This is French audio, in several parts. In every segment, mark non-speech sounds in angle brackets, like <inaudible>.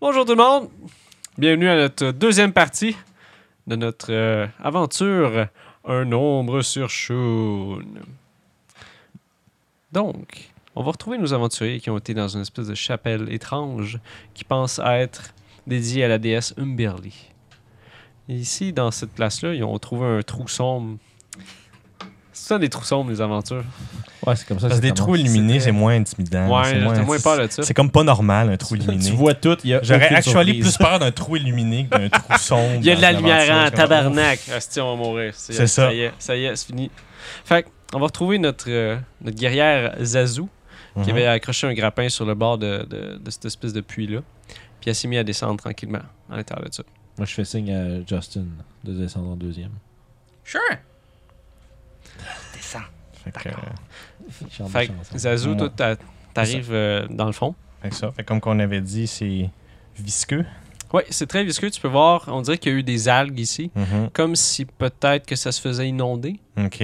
Bonjour tout le monde. Bienvenue à notre deuxième partie de notre euh, aventure Un nombre sur Shoon. Donc, on va retrouver nos aventuriers qui ont été dans une espèce de chapelle étrange qui pense être dédiée à la déesse Umberly. Et ici, dans cette place-là, ils ont trouvé un trou sombre. C'est ça des trous sombres, les aventures. Ouais, c'est comme ça. Parce que des trous illuminés, c'est moins intimidant. ouais, Ben, c'est j'ai moins peur de ça. C'est comme pas normal, un trou illuminé. Tu vois tout. il y a J'aurais aucune actually surprise. plus peur d'un trou illuminé que <laughs> d'un trou sombre. Il y a de la dans lumière l'aventure, en c'est comme- tabarnak. Asti, on va mourir. C'est ça. Ça y est, ça y est, c'est fini. Fait que, on va retrouver notre, euh, notre guerrière Zazu Mhm. qui avait accroché un grappin sur le bord de, de- de cette espèce de puits-là. Puis elle s'est mise à descendre tranquillement à l'intérieur de ça. Moi, je fais signe à Justin de descendre en deuxième. Sure. Fait que, euh, Chante Fait des que, chansons. Zazu, Ouais. toi, t'a- t'arrives euh, dans le fond. fait que ça. Fait que comme qu'on avait dit, c'est visqueux. Oui, c'est très visqueux. Tu peux voir, on dirait qu'il y a eu des algues ici. Mhm. Comme si peut-être que ça se faisait inonder. OK.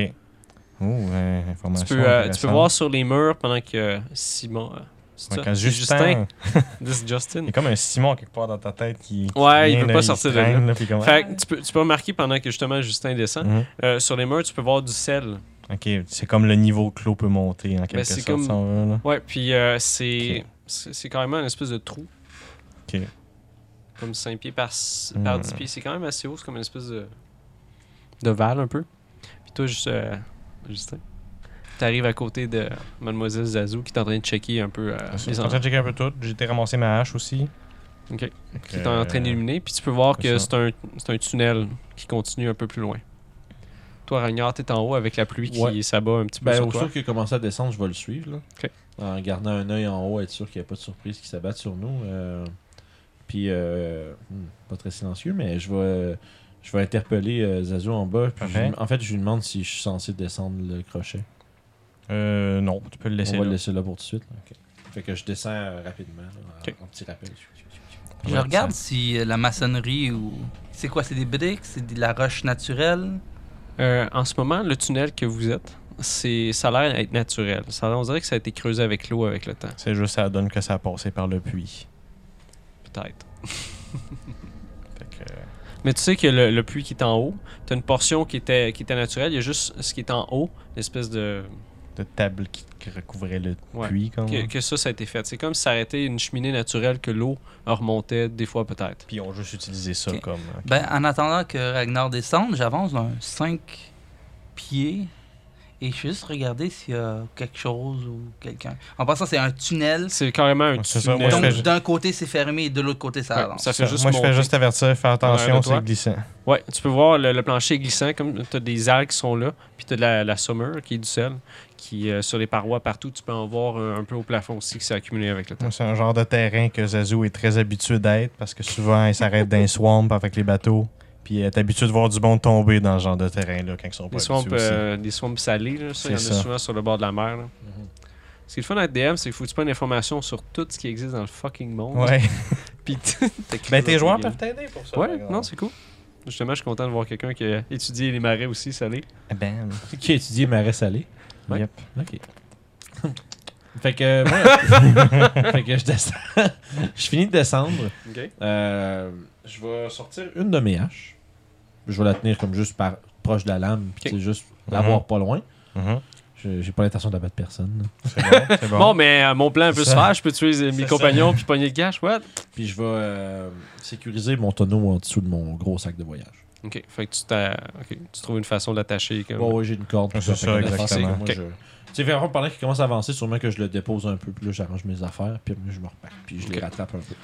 Ouh, euh, information Tu peux, euh, tu peux intéressante. voir sur les murs pendant que Simon. euh, c'est Ouais, ça? quand C'est Justin, <laughs> This is Justin. il y a comme un Simon quelque part dans ta tête qui. qui Ouais, il vient, veut là, pas se sortir de traîne, là, puis comme- Fait que tu peux, tu peux remarquer pendant que justement Justin descend, Mhm. euh, sur les murs, tu peux voir du sel. Ok, c'est comme le niveau que l'eau peut monter en quelque Ben, c'est sorte. comme- si on veut, là. Ouais, puis euh, c'est Ok. c'est c'est carrément une espèce de trou. Ok. Comme 5 pieds par, s- Hmm. par 10 pieds. C'est quand même assez haut, c'est comme une espèce de. de val un peu. Puis toi, juste, euh, Justin, t'arrives à côté de Mademoiselle Zazou qui est en train de checker un peu euh, Je les suis en train de checker un peu tout. J'ai été ramasser ma hache aussi. Ok. Fait que, qui est en train d'illuminer. Puis tu peux voir Euh, c'est que ça. c'est un, c'est un tunnel qui continue un peu plus loin. Toi, Ragnard, t'es en haut avec la pluie Ouais. qui s'abat un petit peu Ben, sur au toi. sûr qu'il a commencé à descendre, je vais le suivre. Là. Ok. En gardant un œil en haut, être sûr qu'il n'y a pas de surprise qui s'abatte sur nous. euh, Puis, euh, hmm, pas très silencieux, mais je vais, je vais interpeller euh, Zazu en bas. puis je Parfait. lui- en fait, je lui demande si je suis censé descendre le crochet. Euh, non, tu peux le laisser. On va le là. laisser là pour tout de suite. là. Fait que je descends euh, rapidement, là, en- Ok. en, petit <laughs> rappel. Ouais, Je regarde si euh, la maçonnerie ou. C'est quoi, c'est des briques, c'est de la roche naturelle? Euh, en ce moment, le tunnel que vous êtes, c'est ça a l'air d'être naturel. Ça a l'air- on dirait que ça a été creusé avec l'eau avec le temps, C'est juste ça donne que ça a passé par le puits. peut-être. Fait que, euh, Mais tu sais que le, le puits qui est en haut, t'as une portion qui était, qui était naturelle, il y a juste ce qui est en haut, l'espèce de... de table qui qui recouvrait le Ouais. puits. Comme. Que, que ça, ça a été fait. C'est comme si ça aurait été une cheminée naturelle que l'eau remontait des fois peut-être. Puis on juste utilisé ça Ok. comme. euh, Ben, en attendant que Ragnar descende, j'avance d'un 5 pieds et je vais juste regarder s'il y a quelque chose ou quelqu'un. En passant, c'est un tunnel. C'est carrément un C'est ça, moi, tunnel. je fais Donc, ju- d'un côté, c'est fermé et de l'autre côté, ça Ouais, avance. ça fait juste Moi, je fais monter. juste avertir, fais attention, de toi. c'est glissant. Ouais, tu peux voir le, le plancher est glissant, comme tu as des algues qui sont là, puis tu as de la, la saumure qui est du sel, qui euh, sur les parois partout, tu peux en voir euh, un peu au plafond aussi qui s'est accumulé avec le temps. Moi, C'est un genre de terrain que Zazu est très habitué d'être parce que souvent, il s'arrête dans les swamps avec les bateaux. Puis elle est habitué de voir du monde tomber dans ce genre de terrain-là quand ils sont pas Des swamps, habitués aussi. euh, des swamps salés, là, ça, il y en a C'est ça. souvent sur le bord de la mer. là. Ce qui est le fun à DM, c'est qu'il faut que tu prennes l'information sur tout ce qui existe dans le fucking monde. Ouais. <laughs> Puis t'écris ben, dans tes joueurs game. peuvent t'aider pour ça. Ouais, non, c'est cool. Justement, je suis content de voir quelqu'un qui a étudié les marais aussi salés. Ben, Qui a étudié marais salé. Ouais. yep. Ok. <laughs> fait que euh, moi, <laughs> fait que je descends. je finis de descendre. OK. Euh, je vais sortir une de mes haches. Je vais la tenir comme juste par, proche de la lame, puis Ok. tu sais, juste Mhm. l'avoir pas loin. Mhm. Je- J'ai pas l'intention d'abattre personne. là. C'est bon, <laughs> c'est bon. Bon, mais euh, mon plan peut se Ça. faire. Je peux tuer euh, mes C'est compagnons puis pogner le cash. What? Puis je vais euh, sécuriser mon tonneau en dessous de mon gros sac de voyage. Ok, fait que tu, t'as... ok, tu trouves une façon de l'attacher. Comme... Bon, ouais, j'ai une corde. Ah, tout c'est fait ça, que la face, exactement. c'est que moi, Ok. je- Tu sais, vraiment, pendant qu'il commence à avancer, sûrement que je le dépose un peu, puis là, j'arrange mes affaires, puis là, je me repars, puis je les Ok. rattrape un peu.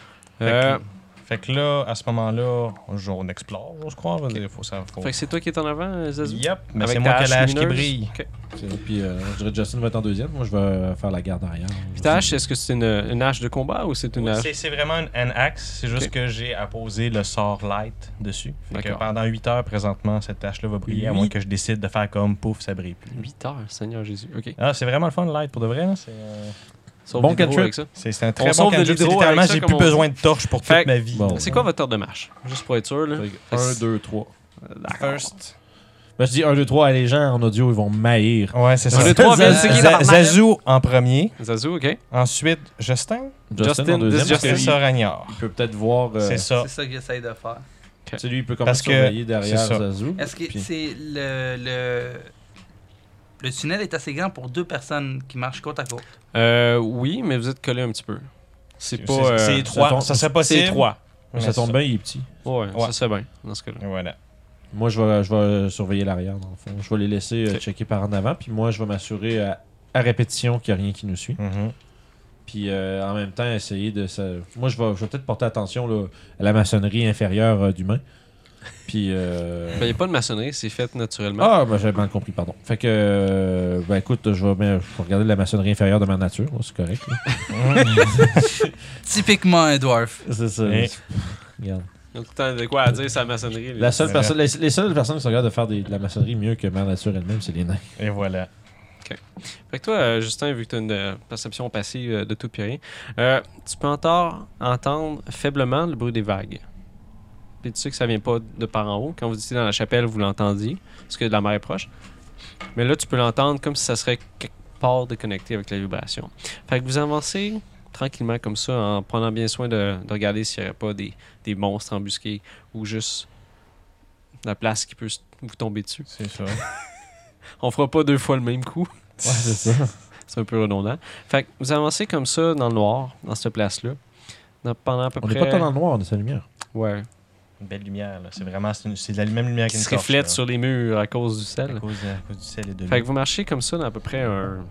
Euh, Fait que- Fait que là, à ce moment-là, on, on explore, j'ose croire. Il Faut ça. Faut... fait que c'est toi qui es en avant, euh, Zazu? Yep, mais Avec Ben, c'est moi ta qui ai la hache hache qui lumineuse? brille. Ok. Tu sais, Puis euh, je dirais que Justin va être en deuxième. Moi, je vais faire la garde arrière. Puis ta hache, est-ce que c'est une, une hache de combat ou c'est une Ouais, hache C'est c'est vraiment un, un axe, c'est juste Ok. que j'ai apposé le sort light dessus. Fait que D'accord. pendant 8 heures présentement, cette tâche-là va briller, à Huit- moins que je décide de faire comme pouf, ça brille plus. 8 heures, Seigneur Jésus. Ok. Ah, c'est vraiment le fun, le light, pour de vrai. hein. C'est euh, Sauve Bon l'hydro cantrip. avec ça. c'est- c'est un On très bon sauve de cantrip. C'est l'hydro Littéralement, avec ça, j'ai comme plus on besoin de torche pour Fait toute que- ma vie. Bon. ben. C'est quoi votre heure de marche Juste pour être sûr, là. 1, 2, 3. Euh, D'accord. First. Ben, je dis 1, 2, 3, les gens en audio, ils vont maïr. Ouais, c'est Un, ça. deux, trois, Za- Bill, c'est qui, Za- tabarnak? Zazou en premier. Zazu, ok. Ensuite, Justin. Justin, Justin, en deuxième, this parce que Justin. Justin lui, Soragnard. il peut peut-être voir. euh, C'est ça. C'est ça que j'essaye de faire. tu sais, lui, il peut Parce commencer que- à surveiller derrière c'est ça. Zazu. Est-ce que puis- c'est le, le. Le tunnel est assez grand pour deux personnes qui marchent côte à côte. Euh, oui, mais vous êtes collé un petit peu. C'est pas. euh, C'est ça étroit. tombe- Ça serait C'est possible. étroit. Mais Ça tombe bien, il est petit. Ouais, Ouais. ça c'est bien dans ce cas-là. Et Voilà. Moi, je vais, je vais surveiller l'arrière, dans le fond. Je vais les laisser euh, Ok. checker par en avant, puis moi, je vais m'assurer à, à répétition qu'il n'y a rien qui nous suit. Mhm. Puis euh, en même temps, essayer de. Ça... Moi, je vais, je vais peut-être porter attention là, à la maçonnerie inférieure euh, d'humain. Puis. euh, Il n'y a pas de maçonnerie, c'est fait naturellement. Ah, ben, j'avais mal compris, pardon. Fait que, euh, ben écoute, je vais, me- je vais regarder la maçonnerie inférieure de ma nature, là, c'est correct. là. Typiquement un dwarf. C'est ça. Et- Hein? Regarde. Donc, t'as de quoi à dire, c'est la maçonnerie. là. La seule Ouais. personne, les, les seules personnes qui sont capables de faire des- de la maçonnerie mieux que ma nature elle-même, c'est les nains. Et voilà. Fait que toi, euh, Justin, vu que tu as une euh, perception passive euh, de tout et rien, euh, tu peux encore entendre faiblement le bruit des vagues. Puis tu sais que ça vient pas de par en haut. Quand vous étiez dans la chapelle, vous l'entendiez, parce que la mer est proche. Mais là, tu peux l'entendre comme si ça serait quelque part déconnecté avec la vibration. Fait que vous avancez tranquillement comme ça, en prenant bien soin de, de regarder s'il n'y aurait pas des, des monstres embusqués ou juste la place qui peut s- vous tomber dessus. <laughs> C'est ça. On fera pas deux fois le même coup. Ouais, c'est ça. <laughs> C'est un peu redondant. Fait que vous avancez comme ça dans le noir, dans cette place-là, dans- pendant à peu On n'est près. pas tant dans le noir, on est sa lumière. Ouais. Une belle lumière, là. C'est vraiment c'est une- c'est la même lumière Qui qu'une se torche, reflète là. sur les murs à cause du À sel. cause, à cause du sel et de Fait l'eau. que vous marchez comme ça dans à peu près un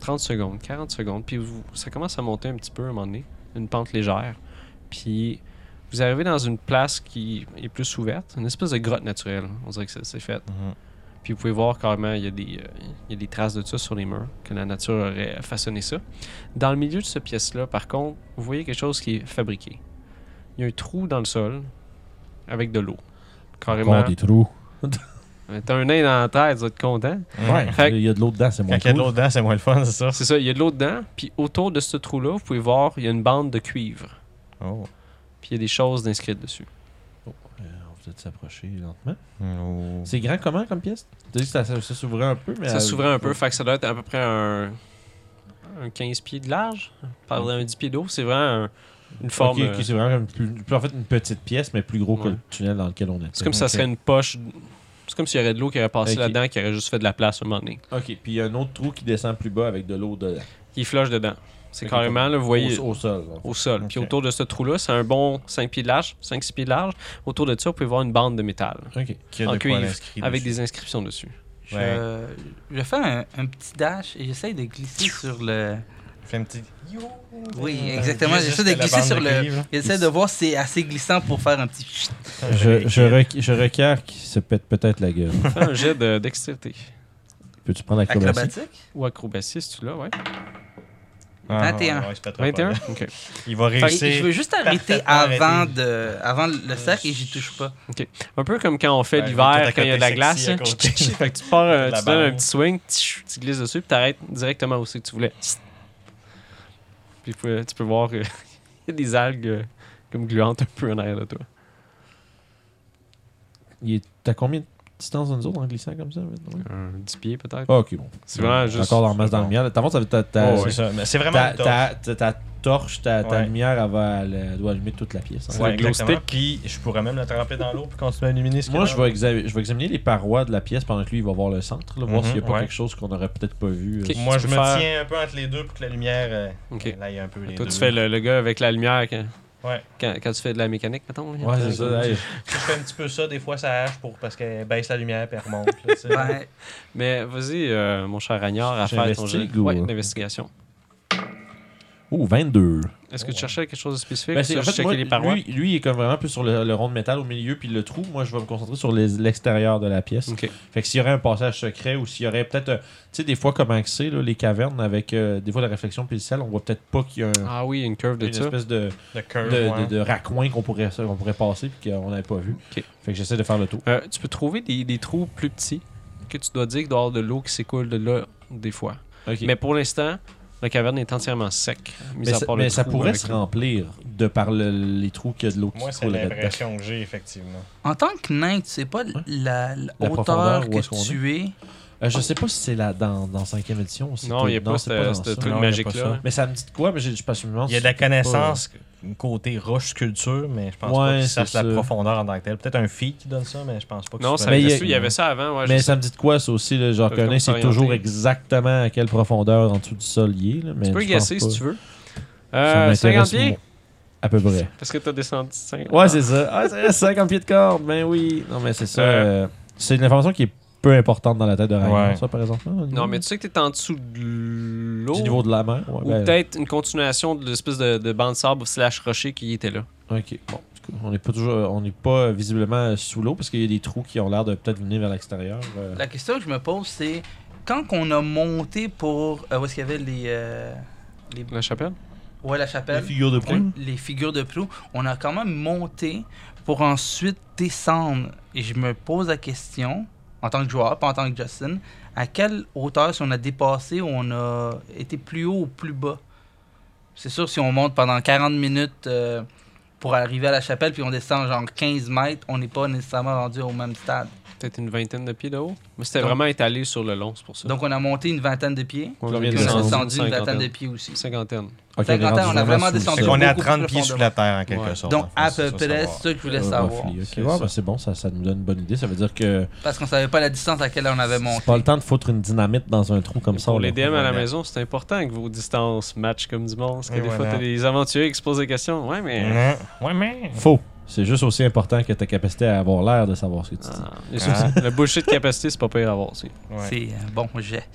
30 secondes, 40 secondes, puis vous- ça commence à monter un petit peu à un moment donné, une pente légère. Puis vous arrivez dans une place qui est plus ouverte, une espèce de grotte naturelle, on dirait que ça s'est fait. Mhm. Puis vous pouvez voir carrément, il y, a des, euh, il y a des traces de ça sur les murs, que la nature aurait façonné ça. Dans le milieu de cette pièce-là, par contre, vous voyez quelque chose qui est fabriqué. Il y a un trou dans le sol avec de l'eau. Carrément. Encore des trous. T'as un nain dans la tête, vous êtes content. Mhm. Ouais, Hein. Fait que- il y a de l'eau dedans, c'est Quand moins il y a de cool. l'eau dedans, c'est moins le fun, <laughs> c'est ça? C'est ça, il y a de l'eau dedans. Puis autour de ce trou-là, vous pouvez voir, il y a une bande de cuivre. Oh. Puis il y a des choses inscrites dessus. Euh, on va peut-être s'approcher lentement. Oh. C'est grand comment comme pièce? Tu dis que ça, ça- ça s'ouvrait un peu, mais... Ça à- s'ouvrait un peu, fait que ça doit être à peu près un, un 15 pieds de large, par un 10 pieds d'eau. C'est vraiment un- une Ok, forme. ok, euh, c'est vraiment comme plus, plus- en fait une petite pièce, mais plus gros que Ouais. le tunnel dans lequel on était. C'est comme si ça Ok. serait une poche. C'est comme s'il y aurait de l'eau qui aurait passé Ok. là-dedans, qui aurait juste fait de la place à un moment donné. Ok, puis il y a un autre trou qui descend plus bas avec de l'eau dedans. Qui floche dedans. C'est Ok, carrément, là, vous voyez, Au, au sol. en fait. au sol. Puis Ok. autour de ce trou-là, c'est un bon 5 pieds de large, 5-6 pieds de large. Autour de ça, vous pouvez voir une bande de métal Ok. Qu'il y a en de quoi cuivre, l'inscrit avec dessus. des inscriptions dessus. Je, Ouais. je fais un, un petit dash et j'essaye de glisser sur le. Fais un petit... Oui, exactement. Juste J'essaie de la glisser bande sur de le- cuivre, là. J'essaie de voir si c'est assez glissant pour faire un petit. chut. Je, je, requ- je requiert qu'il se pète peut-être la gueule. Fais un jet de dextérité. Peux-tu prendre l'acrobatie? Acrobatique Ou acrobatie, si tu l'as, ouais. Ah, 21. ouais, ouais, il se pètera pas, 21? là. Ok. Il va Fait que Je réussir. veux juste arrêter Parfaitement avant, arrêté. de, avant le cercle et j'y touche pas. Un peu comme quand on fait Ouais, l'hiver, tout à quand il y a de la côté glace. sexy à hein. côté. fait que <laughs> tu pars, euh, <laughs> La tu donnes un barre. petit swing, tch, tu glisses dessus, puis t'arrêtes directement où c'est que tu voulais. Puis tu peux- tu peux voir, euh, <laughs> il y a des algues euh, comme gluantes un peu en arrière de toi. Il est- T'as combien de distance de nous autres en glissant comme ça? maintenant? Un 10 pieds peut-être. Ah, ok, bon. C'est vraiment juste. Encore en masse dans bon. le miel. T'as t'as- t'as- t'as- Oh, C'est ouais. ça, mais c'est vraiment ta, une torche. ta, ta, ta torche, ta, ta Ouais. lumière, elle, va, elle doit allumer toute la pièce. hein. Ouais. le glow exactement. stick. Puis je pourrais même le tremper dans l'eau puis continuer à illuminer ce Moi, qu'il y je a vais, exa- je vais examiner les parois de la pièce pendant que lui, il va voir le centre, là, voir Mhm, s'il n'y a pas ouais. quelque chose qu'on n'aurait peut-être pas vu. euh. Ok. dans- Moi, Tu je peux me faire- tiens un peu entre les deux pour que la lumière euh, Ok. elle aille un peu les Toi, deux. tu fais le, le gars avec la lumière quand, Ouais. quand, quand tu fais de la mécanique, mettons. là. Euh, Ouais, c'est ça. hey. Je fais un petit peu ça, des fois ça hache pour parce qu'elle baisse la lumière puis elle remonte. là, tu sais. Ouais. Mais vas-y, euh, mon cher Ragnard, à faire ton jeu J'investigue ou- euh? d'investigation. Oh, 22. Est-ce que tu cherchais quelque chose de spécifique Ben, ou c'est- tu en veux fait, checker moi, les parois? lui, lui, il est comme vraiment plus sur le, le rond de métal au milieu, puis le trou. Moi, je vais me concentrer sur les- l'extérieur de la pièce. Ok. Fait que s'il y aurait un passage secret ou s'il y aurait peut-être. euh, tu sais, des fois, comment que c'est, là, les cavernes, avec euh, des fois la réflexion puis le sel, on voit peut-être pas qu'il y a un- Ah oui, une curve de une ça. espèce de, de, Le curve, de, ouais. de raccoin qu'on pourrait, ça, qu'on pourrait passer puis qu'on n'avait pas vu. Ok. Fait que j'essaie de faire le tour. Euh, tu peux trouver des, des trous plus petits que tu dois dire qu'il doit y avoir de l'eau qui s'écoule de là des fois. Ok. Mais pour l'instant, La caverne est entièrement sec. mis Mais, à ça, part le mais ça trou pourrait avec se le- remplir de par le- les trous qu'il y a de l'eau qui Moi, se c'est coule là-dedans. l'impression que j'ai, effectivement. En tant que nain, tu sais pas la, la La profondeur, hauteur où que est-ce qu'on tu es. Euh, je sais pas si c'est là dans, dans 5e édition. ou si Non, il n'y a non, pas c'est pas dans ce ce ça. truc Non, y a pas ça. magique-là. Mais ça me dit de quoi, mais j'ai- je pense que je me demande Il y a si- de la connaissance côté roche sculpture, mais je pense pas Ouais, que ça c'est la ça. profondeur en tant que telle. Peut-être un feat qui donne ça, mais je pense pas que Non, ça ce soit- Mais existe il y a- plus. il y avait ça avant. ouais, je Mais sais. ça me dit de quoi, ça aussi, là, genre Peuvent connais, comme c'est toujours s'orienter. exactement à quelle profondeur en dessous du sol il est. là, mais Tu peux je pense guesser si pas. tu veux. Ça Euh, m'intéresse 50 pieds moins. À <laughs> peu près. Parce que t'as descendu 50. Ouais, c'est ça. Ah, c'est 50 pieds de corde, mais oui. Non, mais c'est ça. Euh. euh, c'est une information qui est peu importante dans la tête de Ryan, Ouais. ça, par exemple. hein, Ah. Non, mais tu sais que t'es en dessous de l'eau. Du niveau de la mer. Ouais, Ou ben, peut-être une continuation de l'espèce de, de banc de sable slash rocher qui était là. Ok, bon. du coup, On n'est pas toujours, on n'est pas euh, visiblement euh, sous l'eau parce qu'il y a des trous qui ont l'air de peut-être venir vers l'extérieur. euh. La question que je me pose, c'est quand on a monté pour. euh, où est-ce qu'il y avait les. euh, les La chapelle? ouais, la chapelle. figures de on- les figures de proue, on a quand même monté pour ensuite descendre. Et je me pose la question, en tant que joueur, pas en tant que Justin, à quelle hauteur, si on a dépassé ou on a été plus haut ou plus bas C'est sûr, si on monte pendant 40 minutes euh, pour arriver à la chapelle, puis on descend genre 15 mètres, on n'est pas nécessairement rendu au même stade. Peut-être une vingtaine de pieds de haut. Mais c'était Donc- vraiment étalé sur le long, c'est pour ça. Donc on a monté une vingtaine de pieds, on Combien est puis de on a descendu, descendu une cinquantaine. vingtaine de pieds aussi. Cinquantaine. Ok, Fait on est qu'on rendu a vraiment vraiment sous le descendu. Fait sol. qu'on est à beaucoup 30 plus pieds sous la terre, en quelque Ouais. sorte. Donc en fait, à ça, peu ça, ça près va. ça que je voulais Euh, savoir. roughly, ok. C'est Ouais, ça. ben, c'est bon, ça, ça nous donne une bonne idée. Ça veut dire que Parce qu'on savait pas la distance à laquelle on avait c'est monté. pas le temps de foutre une dynamite dans un trou comme Et ça. Pour là. les DM à la Ouais. maison, c'est important que vos distances matchent comme du monde. Parce que Et des fois, voilà. t'as des aventuriers qui se posent des questions. Ouais, mais. Ouais, mais. Faux. C'est juste aussi important que ta capacité à avoir l'air de savoir ce que tu dis. Ah, et ça, c'est- Le bullshit de capacité, c'est pas pire à avoir. aussi. Ouais. C'est euh, bon jet.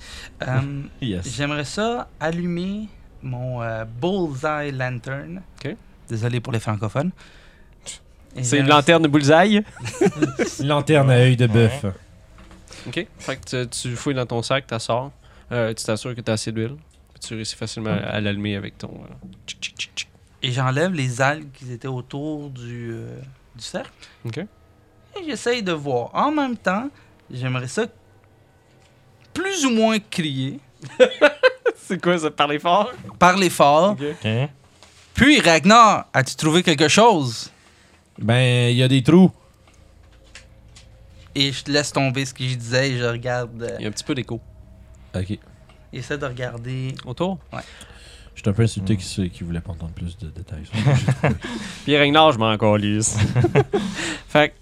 Euh, Hum. Ah, Yes. J'aimerais ça allumer mon euh, Bullseye Lantern. Ok. Désolé pour les francophones. Et C'est une j'aimerais- lanterne de bullseye. Lanterne à œil de bœuf. Ok. Fait que tu, tu fouilles dans ton sac, t'as sors. Euh, tu t'assures que t'as assez d'huile. Puis tu réussis facilement à, à l'allumer avec ton. euh, tchic, tchic, tchic, tchic. Et j'enlève les algues qui étaient autour du, euh, du cercle. Ok. Et j'essaye de voir. En même temps, j'aimerais ça plus ou moins crier, C'est quoi ça? Parler fort? parler fort. Ok. Ok. Puis, Ragnar, as-tu trouvé quelque chose? Ben, il y a des trous. Et je te laisse tomber ce que je disais et je regarde. euh, Il y a un petit peu d'écho. Ok. Essaie de regarder. Autour? Je suis un peu insulté qu'ils qui voulaient pas entendre plus de détails. <laughs> Puis Ragnar, je m'en <laughs> calisse. fait que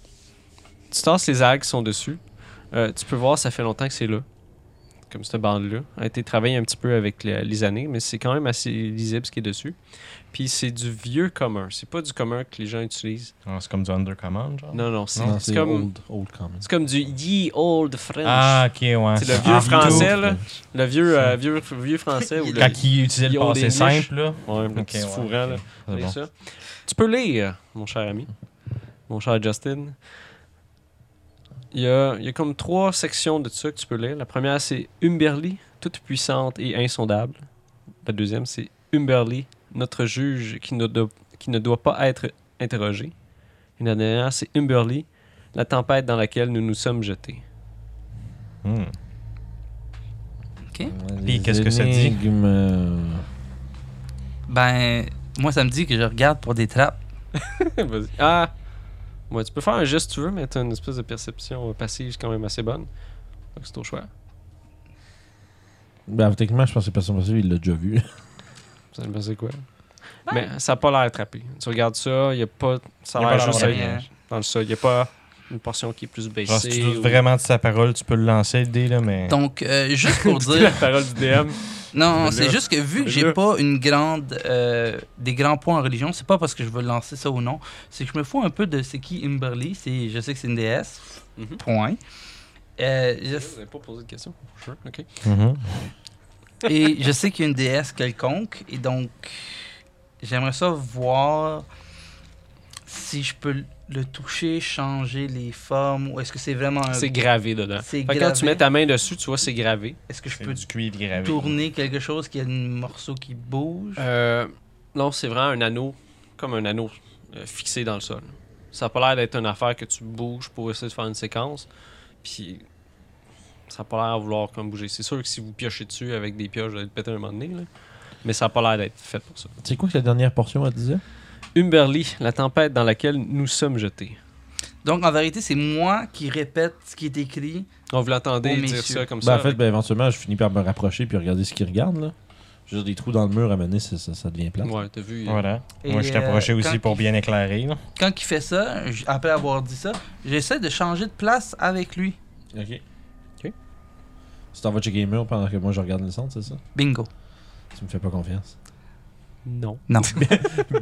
tu tasses les algues qui sont dessus. Euh, tu peux voir, ça fait longtemps que c'est là. Comme cette bande-là. A été travaillée un petit peu avec le- les années, mais c'est quand même assez lisible ce qui est dessus. Puis c'est du vieux commun. C'est pas du commun que les gens utilisent. Ah, C'est comme du undercommand, genre. Non, non, c'est Non, c'est comme, old, old common. c'est comme du ye old French. Ah, ok, ouais. C'est le Ah, vieux tout. français, là. Le vieux, euh, vieux, vieux <laughs> français. ou le, Quand il utilisait Ils le ont des passé niches. simple, là. Ouais, le Ok, petit ouais, fourrant, ok. là. Ah C'est Avec bon. ça. Tu peux lire, mon cher ami, mon cher Justin. Il y a, il y a comme trois sections de ça que tu peux lire. La première, c'est Umberly, toute puissante et insondable. La deuxième, c'est Umberly, notre juge qui ne, do- qui ne doit pas être interrogé. Et la dernière, c'est Umberly, la tempête dans laquelle nous nous sommes jetés. <laughs> Hmm. OK? Puis, qu'est-ce que ça dit? Énigmes, euh, Ben, moi, ça me dit que je regarde pour des trappes. Vas-y. Ah! Ouais, tu peux faire un geste si tu veux, mais tu as une espèce de perception euh, passive quand même assez bonne. Donc, c'est au choix. Ben, techniquement, je pense que personne possible, il l'a déjà vu. <laughs> Vous allez me penser quoi? Mais ça n'a pas l'air attrapé. Tu regardes ça, il a pas. Ça Y a a l'air pas juste l'air à- rien. dans le sol. Il n'y a pas une portion qui est plus baissée. Genre, Ah, si tu doutes ou- vraiment de sa parole, tu peux le lancer, le dé, là, mais. Donc, euh, juste pour C'est <laughs> la dire. parole du DM. Non, Fais-le. c'est juste que vu que j'ai Fais-le. pas une grande. euh, des grands points en religion, c'est pas parce que je veux lancer ça ou non. C'est que je me fous un peu de c'est qui Imberly. c'est- Je sais que c'est une déesse. Mhm. Point. Euh, Vous je- n'avez pas posé de question. Sure, ok. Mhm. et je sais qu'il y a une déesse quelconque. Et donc, j'aimerais ça voir si je peux le toucher, changer les formes, ou est-ce que c'est vraiment un. C'est gravé dedans. C'est Fait que quand gravé. tu mets ta main dessus, tu vois, c'est gravé. Est-ce que je C'est peux du cuivre gravé. tourner quelque chose qui a un morceau qui bouge. Euh, non, c'est vraiment un anneau, comme un anneau euh, fixé dans le sol. Ça n'a pas l'air d'être une affaire que tu bouges pour essayer de faire une séquence. Puis ça n'a pas l'air de vouloir comme bouger. C'est sûr que si vous piochez dessus avec des pioches, vous allez le péter un moment donné. là. mais ça n'a pas l'air d'être fait pour ça. C'est quoi que la dernière portion, elle disait Umberly, la tempête dans laquelle nous sommes jetés. Donc, en vérité, c'est moi qui répète ce qui est écrit. On vous l'entendait Oh, dire messieurs. ça comme Ben, ça. en fait, ben, éventuellement, je finis par me rapprocher puis regarder ce qu'ils regardent. Là. Je veux dire, des trous dans le mur à mener, ça, ça, ça devient plat. Ouais, t'as vu. Voilà. Et, Moi, je euh, t'approchais quand aussi pour il- bien éclairer. là. Quand il fait ça, j- après avoir dit ça, j'essaie de changer de place avec lui. Ok. Ok. Tu t'en vas checker les murs pendant que moi je regarde le centre, c'est ça Bingo. Tu me fais pas confiance. Non. Non.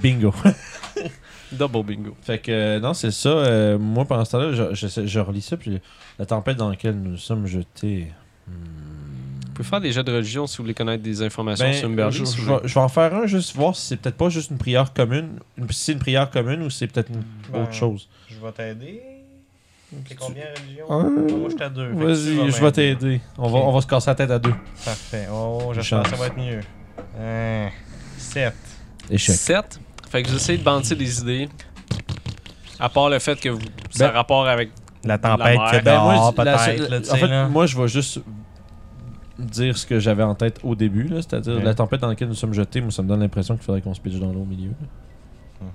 Bingo. <laughs> Double bingo. Fait que, euh, non, c'est ça. euh, moi, pendant ce temps-là, je, je- je relis ça. Puis la tempête dans laquelle nous sommes jetés. Vous pouvez faire des jets de religion si vous voulez connaître des informations Ben, sur je, Umberly. si je vous vais, je vais en faire un juste voir si c'est peut-être pas juste une prière commune. une- si c'est une prière commune ou si c'est peut-être une Ben, autre chose. Je vais t'aider. C'est combien religion Hein? Moi, je suis à deux. Fait que tu Vas-y, vas je vais m'aider. t'aider. On, va, Ok. on va se casser la tête à deux. Parfait. Oh, j'espère que ça va être mieux. 7. Échec. 7. Fait que j'essaie de bantir des idées. À part le fait que vous, ça a Ben- rapport avec. La La tempête mer. qui est Ben, moi, dehors, la seule- peut-être. là, tu en sais, fait, là. moi, je vais juste dire ce que j'avais en tête au début, là, c'est-à-dire Ouais. la tempête dans laquelle nous sommes jetés. Moi, ça me donne l'impression qu'il faudrait qu'on se pitche dans l'eau au milieu. là. Ouais.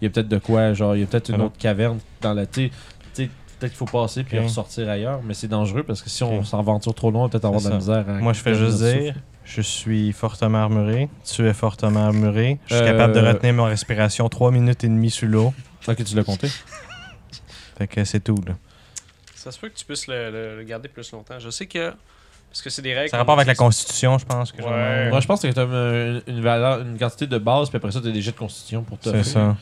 Il y a peut-être de quoi, genre, il y a peut-être une Ah non. autre caverne dans la. Tu sais, tu sais, peut-être qu'il faut passer puis Ok. ressortir ailleurs, mais c'est dangereux parce que si on Ok. s'aventure trop loin, on va peut-être avoir de la misère. à- Moi, je fais juste notre dire, je suis fortement armuré, tu es fortement armuré, je suis Euh, capable de retenir ma respiration 3 minutes et demie sous l'eau. souffle. Ok, tu l'as compté. Fait que c'est tout, là. Ça se peut que tu puisses le, le- le garder plus longtemps. Je sais que. Parce que c'est des règles. Ça a rapport avec la Constitution, je pense. que j'en ai. Ouais. Moi, je pense que t'as une, une valeur, une quantité de base, puis après ça, t'as des jets de constitution pour te. C'est ça.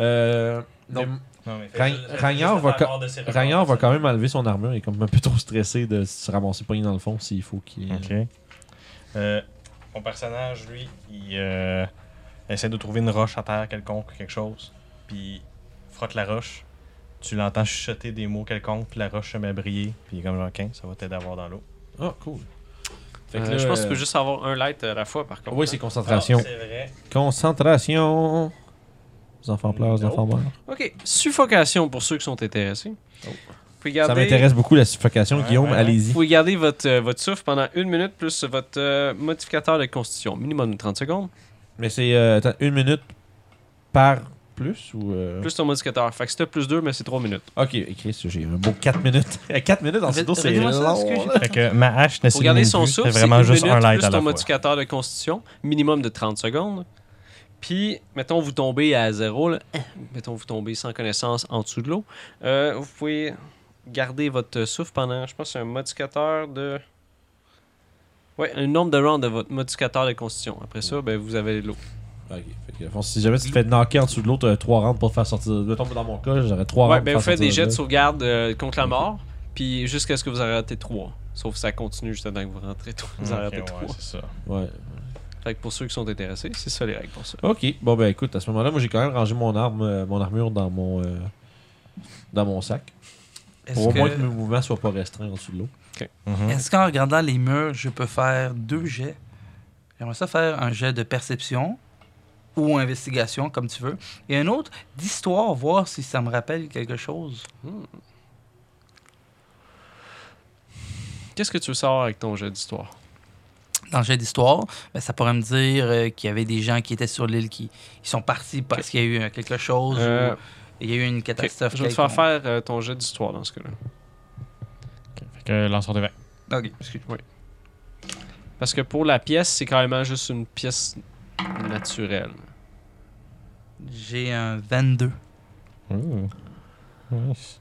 Euh, Non. mais- Ragn- Ragnar va co- Ragnar va quand même enlever son armure. Il est comme un peu trop stressé de se ramasser pogné dans le fond s'il faut qu'il. Ok. Euh, mon personnage, lui, il euh, essaie de trouver une roche à terre quelconque ou quelque chose, puis il frotte la roche. Tu l'entends chuchoter des mots quelconques, puis la roche se met à briller, puis il est comme genre, Ok, ça va t'aider à voir dans l'eau. Ah, cool. Fait Euh, là, je pense que tu euh, peux juste avoir un light à la fois, par contre. hein. Oui, c'est concentration. Ah, c'est vrai. Concentration. Les enfants pleurent, les Non. enfants meurent. Ok. Suffocation pour ceux qui sont intéressés. Vous pouvez garder- Oh. Ça m'intéresse beaucoup la suffocation, Ouais, Guillaume. ouais, ouais. Vous Allez-y. pouvez garder votre, euh, votre souffle pendant une minute plus votre euh, modificateur de constitution. Minimum de 30 secondes. Mais c'est euh, attends, une minute par plus ou. euh, Plus ton modificateur. Fait que c'était plus 2, mais c'est 3 minutes. Ok, écrit j'ai un beau 4 minutes. <laughs> 4 minutes en Faites- pseudo, c'est faites-moi ça, long. ce que j'ai- là. Fait que ma hache ne Pour garder s'élimine son plus, souffle, c'est c'est une vraiment juste un minute light plus à la ton fois. modificateur de constitution, minimum de 30 secondes. Puis, mettons, vous tombez à zéro, là. hein, mettons, vous tombez sans connaissance en dessous de l'eau. Euh, vous pouvez garder votre souffle pendant, je pense, que c'est un modificateur de. Ouais, un nombre de rounds de votre modificateur de constitution. Après ça, ben, vous avez l'eau. Ok, fait que, à fond, si jamais tu te fais knocker en dessous de l'eau, t'as 3 rounds pour te faire sortir de là. Mettons, dans mon cas, j'aurais 3 rounds. Ouais, pour ben, faire vous faites sortir des de jets de là. sauvegarde euh, contre la mort, puis jusqu'à ce que vous arrêtez 3. Sauf que ça continue juste avant que vous rentrez trois- vous arrêtez Ok, Mm-hmm. ouais, trois. c'est ça. Ouais. Fait que pour ceux qui sont intéressés, c'est ça les règles pour ça. Ok, bon ben écoute, à ce moment-là, moi j'ai quand même rangé mon arme, euh, mon armure dans mon euh, dans mon sac. Pour Est-ce au moins que que- mes mouvements soient pas restreints en dessous de l'eau. Mhm. est-ce qu'en regardant les murs, je peux faire deux jets J'aimerais ça faire un jet de perception ou investigation, comme tu veux, et un autre d'histoire, voir si ça me rappelle quelque chose. Qu'est-ce que tu veux savoir avec ton jeu d'histoire? dans le jeu d'histoire, ben, ça pourrait me dire euh, qu'il y avait des gens qui étaient sur l'île qui ils sont partis parce qu'il y a eu euh, quelque chose, Euh, ou il y a eu une Ok, catastrophe. Je vais te faire quelconque. faire euh, ton jeu d'histoire dans ce cas-là. Fait que lanceur de vin. Ok, excuse-moi. Parce que pour la pièce, c'est carrément juste une pièce naturelle. J'ai un 22. Ouh. Nice.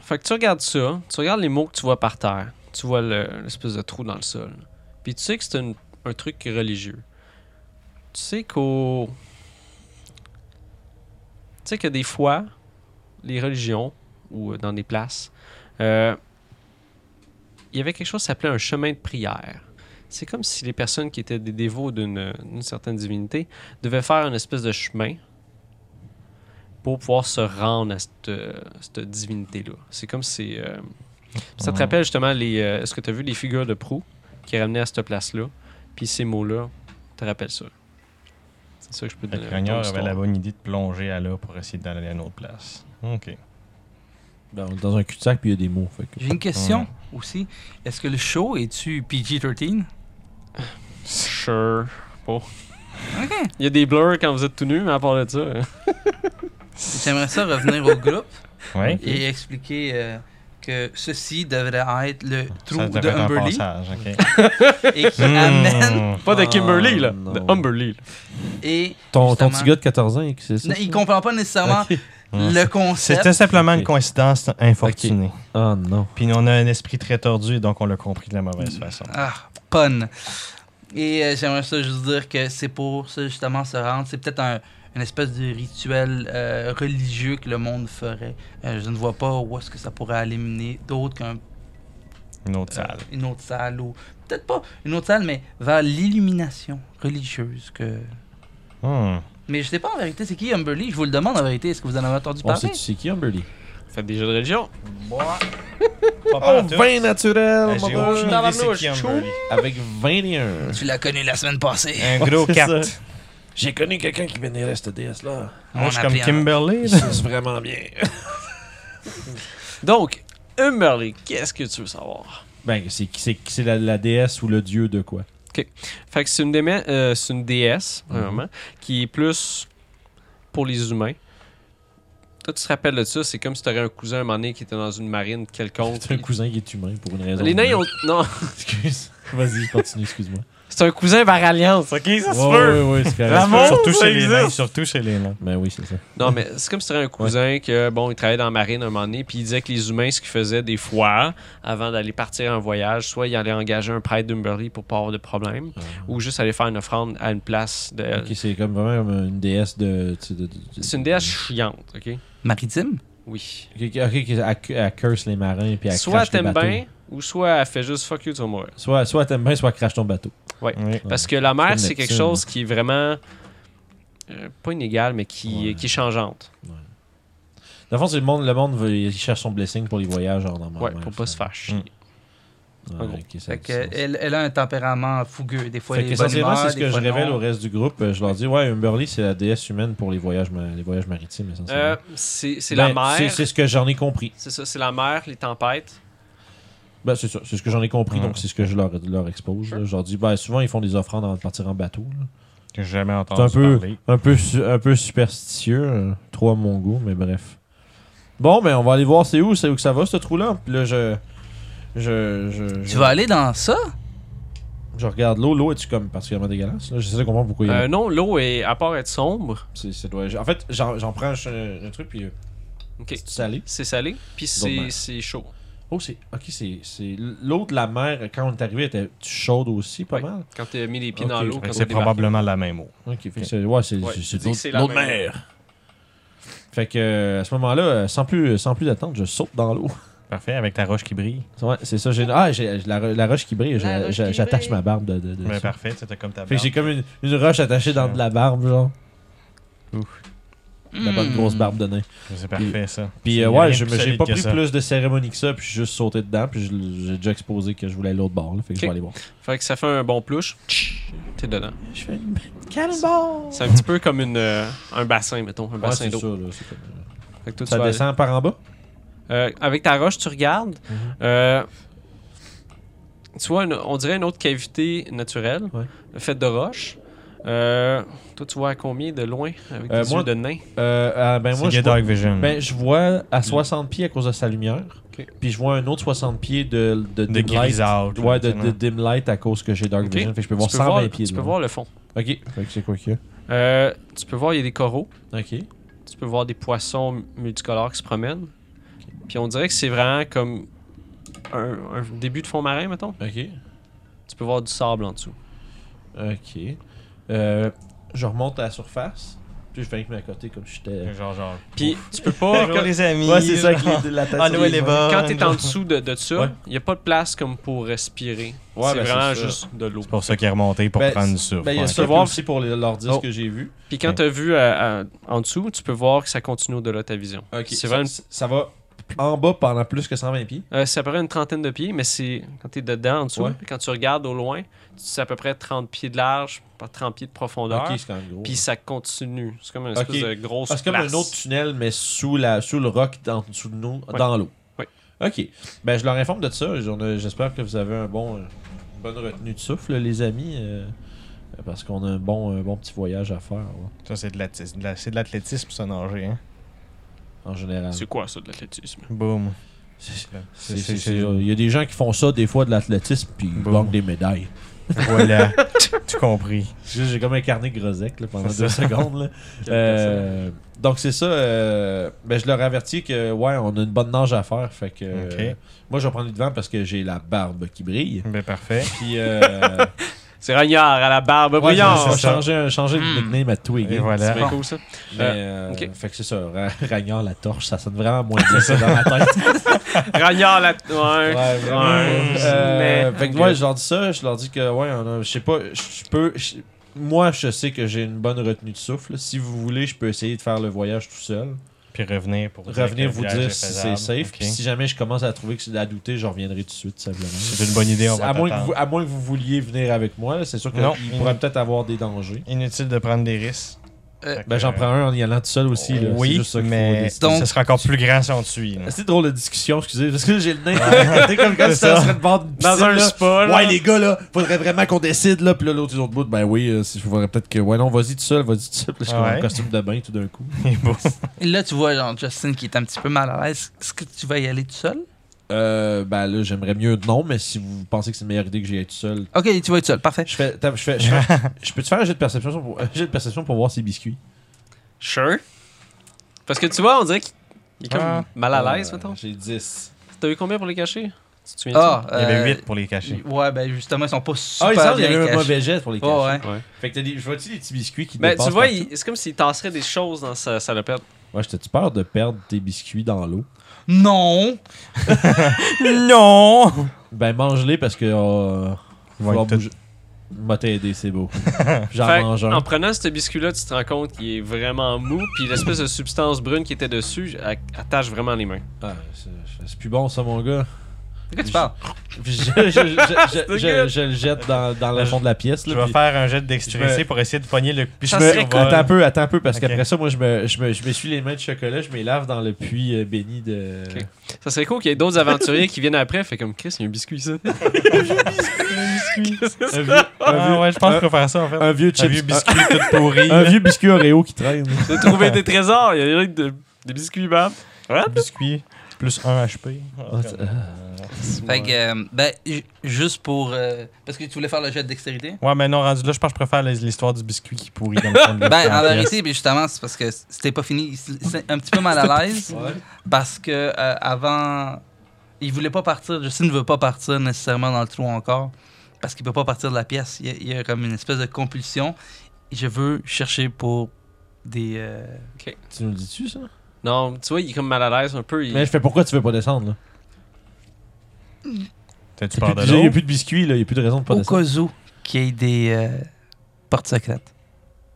Fait que tu regardes ça, tu regardes les mots que tu vois par terre, tu vois le- l'espèce de trou dans le sol. Puis tu sais que c'est une- un truc religieux. Tu sais qu'au. Tu sais que des fois, les religions, ou euh, dans des places, euh, il y avait quelque chose qui s'appelait un chemin de prière. C'est comme si les personnes qui étaient des dévots d'une d'une certaine divinité devaient faire une espèce de chemin pour pouvoir se rendre à cette, euh, cette divinité-là. C'est comme si. euh, Ça te rappelle justement les. euh, Est-ce que tu as vu les figures de proue qui ramenaient à cette place-là? Puis ces mots-là, te rappellent ça. C'est ça que je peux te Fait que donner. comme Ragnar avait histoire. la bonne idée de plonger à là pour essayer d'aller à une autre place. Ok. Ben, on est dans un cul-de-sac puis il y a des mots. Fait que... J'ai une question aussi. Est-ce que le show est-tu PG-13? sure. Il y a des blurs quand vous êtes tout nu, mais à part de ça. euh, <laughs> J'aimerais ça revenir au groupe Oui. et expliquer euh, que ceci devrait être le trou Ça de devrait être un Hmm. Humberly passage, ok. Mm. et qui amène. Pas de Kimberly, là. non. De Humberly. Et Ton, ton Justement. petit gars de 14 ans, c'est ça? non, il comprend pas nécessairement Ok. Hmm. le concept. C'était simplement une Ok. coïncidence infortunée. Ah non. Puis on a un esprit très tordu, donc on l'a compris de la mauvaise façon. Ah, pun. Et euh, j'aimerais ça juste dire que c'est pour ça justement se rendre. C'est peut-être un, une espèce de rituel euh, religieux que le monde ferait. Euh, je ne vois pas où est-ce que ça pourrait aller mener d'autre qu'une Une autre Ah. salle. autre salle ou peut-être pas une autre salle, mais vers l'illumination religieuse que. Hmm. Mais je sais pas en vérité, c'est qui Humberly Je vous le demande en vérité. Est-ce que vous en avez entendu On parler sait tu sais qui, Humberly? Faites des jeux de religion. Pas partout. Oh, naturel, Ben, J'ai aucune idée c'est qui Tabarnouche. Humberly. Avec 21. Tu l'as connu la semaine passée. Hein? Un gros C'est 4. ça. J'ai connu quelqu'un qui vénérait cette déesse-là. Moi, je suis comme appelait un- Kimberly. là. C'est vraiment bien. Donc, Humberly, qu'est-ce que tu veux savoir? Ben, c'est c'est- c'est la, la déesse ou le dieu de quoi? Fait que c'est une, déme- euh, c'est une déesse, premièrement, qui est plus pour les humains. Toi, tu te rappelles de ça, c'est comme si tu un cousin un moment donné qui était dans une <laughs> marine quelconque. C'est un cousin qui est humain pour une raison. Les nains, <laughs> ils ont... non, Excuse. Vas-y, continue, excuse-moi. c'est un cousin par alliance, ok? Ça se Ouais, peut. ouais, ouais, c'est correct. L'amour, surtout ça chez les existe. Euh, nains. Surtout chez les nains. Ben oui, c'est ça. Non, mais c'est comme si c'était un cousin que, bon, il travaillait dans la marine un moment donné, puis il disait que les humains, ce qu'ils faisaient des fois, avant d'aller partir en voyage, soit ils allaient engager un prêtre d'Umberly pour pas avoir de problème, ou juste aller faire une offrande à une place. De... Ah. Ok, c'est comme vraiment comme une déesse de. tu sais, de- de- C'est une déesse chiante, OK? Maritime Oui. Ok, ok, ok, elle, cu- elle curse les marins puis elle soit crache les t'aimes bateaux. bien, ou soit elle fait juste « fuck you, tu vas mourir Soit, soit t'aimes bien, soit elle crache ton bateau. Oui. ». Parce que la mer, comme hein. c'est quelque Neptune. chose qui est vraiment... euh, pas inégale, mais qui, Ouais. qui est changeante. Dans le fond, c'est le monde, le monde veut, il cherche son blessing pour les voyages hors normal. Ouais, pour pas se faire chier. Mm. Ah, en gros. Fait que elle, elle a un tempérament fougueux. Des fois, Fait elle est bonne qu'essentiellement, humeur, c'est ce des que je fois, non. révèle au reste du groupe. Euh, Je leur dis, ouais, Humberly, c'est la déesse humaine pour les voyages, ma- les voyages maritimes, essentiellement. Euh, c'est c'est Ben, la mer, c'est- C'est ce que j'en ai compris. c'est ça, c'est la mer, les tempêtes. Ben, c'est ça. C'est ce que j'en ai compris, donc c'est ce que je leur, leur expose. là. Je leur dis, ben, souvent, ils font des offrandes avant de partir en bateau. là. J'ai jamais C'est un entendu peu, parler. un, peu, su- un peu superstitieux, euh, trop à mon goût, mais bref. Bon, ben, on va aller voir c'est où, c'est où que ça va, ce trou-là. Puis là, je. Je, je, Tu je- vas aller dans ça je regarde l'eau. L'eau est-tu comme particulièrement dégueulasse? là? J'essaie de comprendre pourquoi il y a Euh, non, l'eau est, à part être sombre, C'est- ça doit- En fait, j'en j'en prends un, un truc, puis euh, ok, c'est salé. c'est salé, puis Bon, c'est ben. c'est chaud. Oh, c'est. Ok, c'est. c'est- L'eau de la mer, quand on est arrivé, était chaude aussi, pas Ouais. mal. Quand tu as mis les pieds Ok, dans l'eau, Fait que quand C'est on débarque. probablement la même eau. Ok, fait que c'est. Ouais, c'est. Ouais, c'est- tu c'est dis que c'est l'eau- la l'eau de même. mer. Fait que euh, à ce moment-là, euh, sans plus, sans plus attendre, je saute dans l'eau. <laughs> Parfait, avec ta roche qui brille. Ouais, c'est ça. J'ai, ah, j'ai la, la roche qui brille. j'ai- La roche j'ai- qui j'attache brille. ma barbe de. de, de- Mais ça. Ben, parfait, tu sais, t'as comme ta Fait que barbe. j'ai comme une, une roche attachée dans de la barbe, genre. La bonne Hmm. grosse barbe de nain. C'est parfait, ça. Puis Il y euh, a rien ouais, de je, plus me- j'ai solide pas que pris ça. plus de cérémonie que ça, puis j'ai juste sauté dedans, puis je- j'ai déjà exposé que je voulais aller l'autre bord. là, fait que je Ok. vais aller voir. Fait que ça fait un bon pluche, t'es dedans. Je fais une cannonball! C'est un petit peu comme une, euh, un bassin, mettons, un Ouais, bassin c'est ça, d'eau. là. c'est comme, euh, Fait que toi, tu Ça vas descend par en bas? Euh, avec ta roche, tu regardes. Mhm. euh, tu vois, une- on dirait une autre cavité naturelle, Ouais. faite de roches. Euh, toi, tu vois à combien de loin avec Euh, tes moi- yeux de nain Euh, ah, ben moi, C'est Mm. je Get vois, Dark Vision. ben, je vois à 60 pieds à cause de sa lumière. Ok. Puis je vois un autre 60 pieds de, de, De dim light. grisâtre. Ouais, de, là, de dim light à cause que j'ai Dark Ok. Vision. Fait que je peux Tu voir peux 120 voir- Tu pieds. de peux loin. voir le fond. Ok. Fait que c'est quoi qu'il y Euh, tu peux voir, il y a des coraux. a? Ok. Tu peux voir des poissons multicolores qui se promènent. Puis on dirait que c'est vraiment comme un, un début de fond marin, mettons. Ok. Tu peux voir du sable en dessous. Ok. Euh, je remonte à la surface. Puis je vais avec mes côtés comme tu sais, j'étais. Genre, genre. Puis tu peux <laughs> pas. Bonjour les amis. Ouais, c'est ça avec les- la tête. Ah, sur Noël les est mains. bas. Quand t'es en dessous de, de ça, il Ouais. n'y a pas de place comme pour respirer. Ouais, c'est ben, vraiment c'est ça. juste de l'eau. C'est <laughs> pour ça qu'il est remonté pour Ben, prendre du souffle. Ben, il y a Ouais. ça peux voir- aussi pour les- leur disque Oh. que j'ai vu. Puis quand Ok. tu as vu à- à- en dessous, tu peux voir que ça continue au-delà de ta vision. Ok. C'est Ça, vraiment ça va en bas pendant plus que 120 pieds. Euh, c'est à peu près une trentaine de pieds, mais c'est quand tu es dedans, en dessous, Ouais. quand tu regardes au loin, c'est à peu près 30 pieds de large par 30 pieds de profondeur. Ok, c'est quand même gros. Puis ça continue. C'est comme une espèce Ok. de grosse Ah, c'est comme place. un autre tunnel, mais sous, la, sous le roc, en dessous de nous, Ouais. dans l'eau. Ouais. Ok. Ben, je leur informe de ça. J'en ai- J'espère que vous avez un bon, une bonne retenue de souffle, les amis. Euh, euh, parce qu'on a un bon, un bon petit voyage à faire là, Ça, c'est de l'athlétisme, de la- c'est de l'athlétisme, ça, nager. Hein? en général. C'est quoi ça de l'athlétisme? Boum. C'est- C'est- c'est- c'est- c'est- Il y a des gens qui font ça des fois de l'athlétisme puis ils Bon. gagnent des médailles. <laughs> Voilà. tu compris. Juste, J'ai comme incarné Grosec là, pendant C'est deux ça. secondes. là. Euh, donc c'est ça. euh, ben, je leur avertis que ouais, on a une bonne nage à faire. Fait que euh, Ok. moi je vais prendre le devant parce que j'ai la barbe qui brille. Ben, parfait. Puis euh, C'est Ragnard à la barbe <laughs> ouais, brillante. on va c'est ça. changer, un- changer Hmm. de nickname à Twig. Et voilà. C'est bien cool ça. Mais, euh, ok. Fait que c'est ça, Ra- Ragnard la torche, ça sonne vraiment moins <laughs> bien ça dans ma tête. Ragnard <laughs> la. Ouais. Ouais, vraiment. Ouais. Euh, Mais- fait que ok. moi, je leur dis ça, je leur dis que, ouais, on a- je sais pas, je peux. je- moi, je sais que j'ai une bonne retenue de souffle. Si vous voulez, je peux essayer de faire le voyage tout seul. Puis revenir pour dire Revenir que le vous village dire est si c'est faisable. safe. Ok. Puis si jamais je commence à trouver que c'est à douter, je reviendrai tout de suite, simplement. C'est une bonne idée, on va À moins, que t'attendre. vous, à moins que vous vouliez venir avec moi, là, c'est sûr Non. qu'il pourrait peut-être avoir des dangers. Inutile de prendre des risques. Euh, Fait Ben, que, j'en prends un en y allant tout seul aussi. là. c'est Oui, juste ça qu'il faut mais décider. Donc- ce sera encore plus grand si on te suit. <laughs> là. C'est drôle de discussion, excusez, parce que j'ai le nez. T'es <laughs> comme quand <laughs> C'est tu serais ça. sur le bord d'une piscine, Dans un là. spa. là. Ouais, les gars, là, faudrait vraiment qu'on décide, là. Puis là, l'autre, l'autre bout, ben oui, euh, si- faudrait peut-être que. Ouais, non, vas-y tout seul, vas-y tout seul. Puis là, je suis Ouais. comme en costume de bain tout d'un coup. Et bon. Et là, tu vois genre, Justin qui est un petit peu mal à l'aise. Est-ce que tu vas y aller tout seul? Euh, ben là, j'aimerais mieux non, mais si vous pensez que c'est une meilleure idée que j'y aille tout seul. Ok, tu vas être seul, parfait. Je fais. t'as- Je fais. Je <laughs> fais- je peux te faire un jet de perception pour, un jet de perception pour voir ses biscuits. Sure. Parce que tu vois, on dirait qu'il est comme Ah. mal à l'aise, Euh, mettons. J'ai 10. T'as eu combien pour les cacher Tu te souviens Ah, Il y avait euh, 8 pour les cacher. Ouais, ben justement, ils sont pas Ah, super il semble qu'il bien y avait un cachés. mauvais jet pour les cacher. Ouais, ouais. Ouais. Fait que t'as des. Je vois-tu des petits biscuits qui Ben, dépassent tu vois, partout? il- c'est comme s'il tasserait des choses dans sa salopette. Ouais, j'étais-tu peur de perdre tes biscuits dans l'eau? Non! Non! Ben, mange-les parce que. Euh, Ils vont faut être tout- bouger. M'a t'aider, c'est <laughs> beau. J'en Fait que, mange un. en prenant ce biscuit-là, tu te rends compte qu'il est vraiment mou, puis l'espèce de substance brune qui était dessus elle- attache vraiment les mains. Ah, c'est- c'est plus bon ça, mon gars. De quoi tu parles? Puis je, je- je- je- <laughs> C'est je- good. je le jette dans, dans le fond de la pièce. Ben, Je Là, vais puis- faire un jet de Je me- dextérité pour essayer de pogner le Ça je me- serait cool. Attends un peu, attends un peu, parce Ok. qu'après ça, moi, je me, je, me, je m'essuie les mains de chocolat, je me lave dans le puits euh, béni de. Ok. Ça serait cool qu'il y ait d'autres aventuriers qui viennent après, fait comme Chris, il y a un biscuit ça. Un vieux, un vieux- Ah ouais, je pense qu'on va faire ça en fait. un vieux Un vieux chips. Un biscuit tout pourri. un vieux biscuit Oreo qui traîne. J'ai trouvé des trésors, il y a des, des biscuits bam. Un <laughs> biscuit plus 1 HP. Ah, c'est- Fait que, euh, ben, ju- juste pour. euh, parce que tu voulais faire le jet <laughs> de dextérité? Ouais, mais non, rendu là, je pense que je préfère les- l'histoire du biscuit qui pourrit dans le fond de la <laughs> Ben, en pièce. vérité, ben, justement, c'est parce que c'était pas fini. C'est un petit peu mal à l'aise parce que euh, avant. Il voulait pas partir. Justin ne veut pas partir nécessairement dans le trou encore parce qu'il peut pas partir de la pièce. Il y a, il y a comme une espèce de compulsion. Je veux chercher pour des. euh, Tu nous le dis-tu ça? Non, tu vois, il est comme mal à l'aise un peu. il- Mais je fais pourquoi tu veux pas descendre là? T'as-tu Il y a peur plus de- de il y a l'eau? plus de biscuits, là, il y a plus de raison de pas au descendre. cas où qu'il y ait des euh, portes secrètes.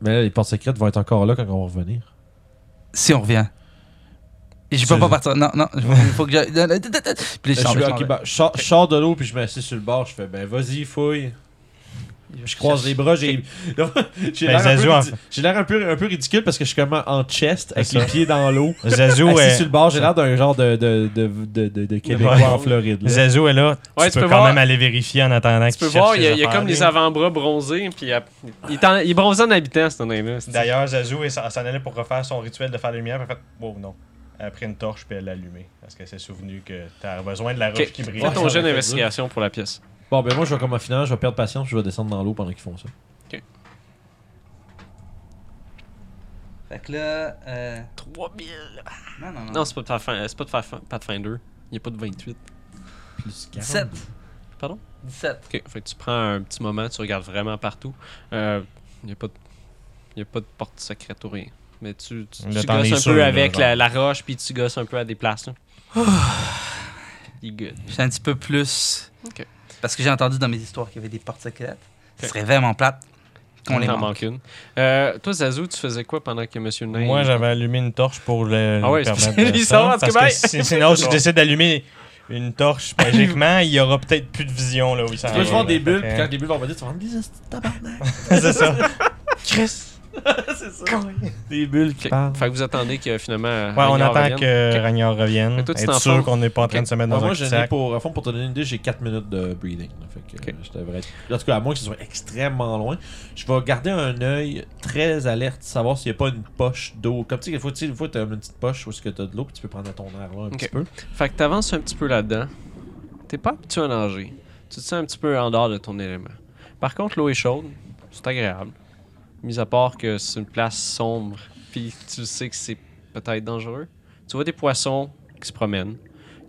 Mais là, les portes secrètes vont être encore là quand on va revenir. Si on revient. Et Je peux C'est- pas partir. Non, non, il faut <laughs> que j'aille. Ben, Puis Je, je sors, suis- je ok, m'en vais. bah, je sors- je sors de l'eau puis je m'assieds sur le bord. Je fais ben vas-y fouille. Je croise les bras. <laughs> J'ai j'ai l'air Ben, un, Zazu, peu en ridi- j'ai l'air un peu un peu ridicule parce que je suis comme en chest avec ça. les pieds dans l'eau. Zazu Assis est... sur le bord, j'ai l'air d'un genre de, de, de, de, de- de Québécois Ouais. en Floride. là. Zazu est là. Ouais, tu, tu peux, peux quand voir- même aller vérifier en attendant Tu peux voir, il y a, il y a comme les avant-bras bronzés, puis il, y a- il est en- il est bronzé en habitant, ce donné-là. c'est- D'ailleurs, Zazu est- s'en s'en allait pour refaire son rituel de faire la lumière. puis Elle a fait Wow, non. Elle a pris une torche puis elle l'a allumée. Parce qu'elle s'est souvenue que t'as besoin de la roche Ok, qui brille. Fais ton Ouais, jeu ça va d'investigation pour la pièce. Bon ben moi je vais comme en finale, je vais perdre patience, puis je vais descendre dans l'eau pendant qu'ils font ça. Fait que là. euh, 3000! Non, non, non. Non, c'est pas de Pathfinder. C'est pas de Pathfi- Pathfinder. Il n'y a pas de 28. Plus 17. Pardon? 17. Ok, fait que tu prends un petit moment, tu regardes vraiment partout. Euh, Il n'y a, pas de- il y a pas de porte secrète ou rien. Mais tu, tu, Le tu temps est gosses un sûr, peu là, avec genre. la, la roche, puis tu gosses un peu à des places. <sighs> Là. Il est good. J'ai un petit peu plus. Ok. Parce que j'ai entendu dans mes histoires qu'il y avait des portes secrètes. Ce Ok. serait vraiment plate qu'on les T'en manques manque. une. Euh, toi, Zazu, tu faisais quoi pendant que Monsieur Nain... Moi, j'avais allumé une torche pour le. Ah lui ouais, c'est permettre pour ça, de ils ça, sont, en tout parce cas, que ben. si- Sinon, si je décide d'allumer une <laughs> torche magiquement, il y aura peut-être plus de vision là où il s'en Tu vas va, voir là. <laughs> des bulles, Fait puis <laughs> que- quand les bulles vont venir, tu vas me dire tabarnak. c'est ça. Chris, c'est ça. Des bulles qui Fait, parlent. fait que vous attendez que finalement. Ouais, on Ragnar attend revienne. que Ok. Ragnar revienne. Fait que toi, tu être t'en sûr sors. qu'on n'est pas en Ok. train de se mettre Non, dans Ah, moi, un j'en petit ai sac. pour, à fond, pour te donner une idée, j'ai 4 minutes de breathing. là. Fait que, euh, Ok. je devrais être- En tout cas, à moins que ce soit extrêmement loin, je vais garder un œil très alerte, savoir s'il n'y a pas une poche d'eau. Comme tu sais, des fois, tu sais, des fois, t'as une petite poche où est-ce que tu as de l'eau, puis tu peux prendre à ton air là un petit Ok. peu. Fait que t'avances un petit peu là-dedans. T'es pas habitué à nager. Tu te sens un petit peu en dehors de ton élément. Par contre, l'eau est chaude. C'est agréable. Mis à part que c'est une place sombre. Puis tu sais que c'est peut-être dangereux. Tu vois des poissons qui se promènent.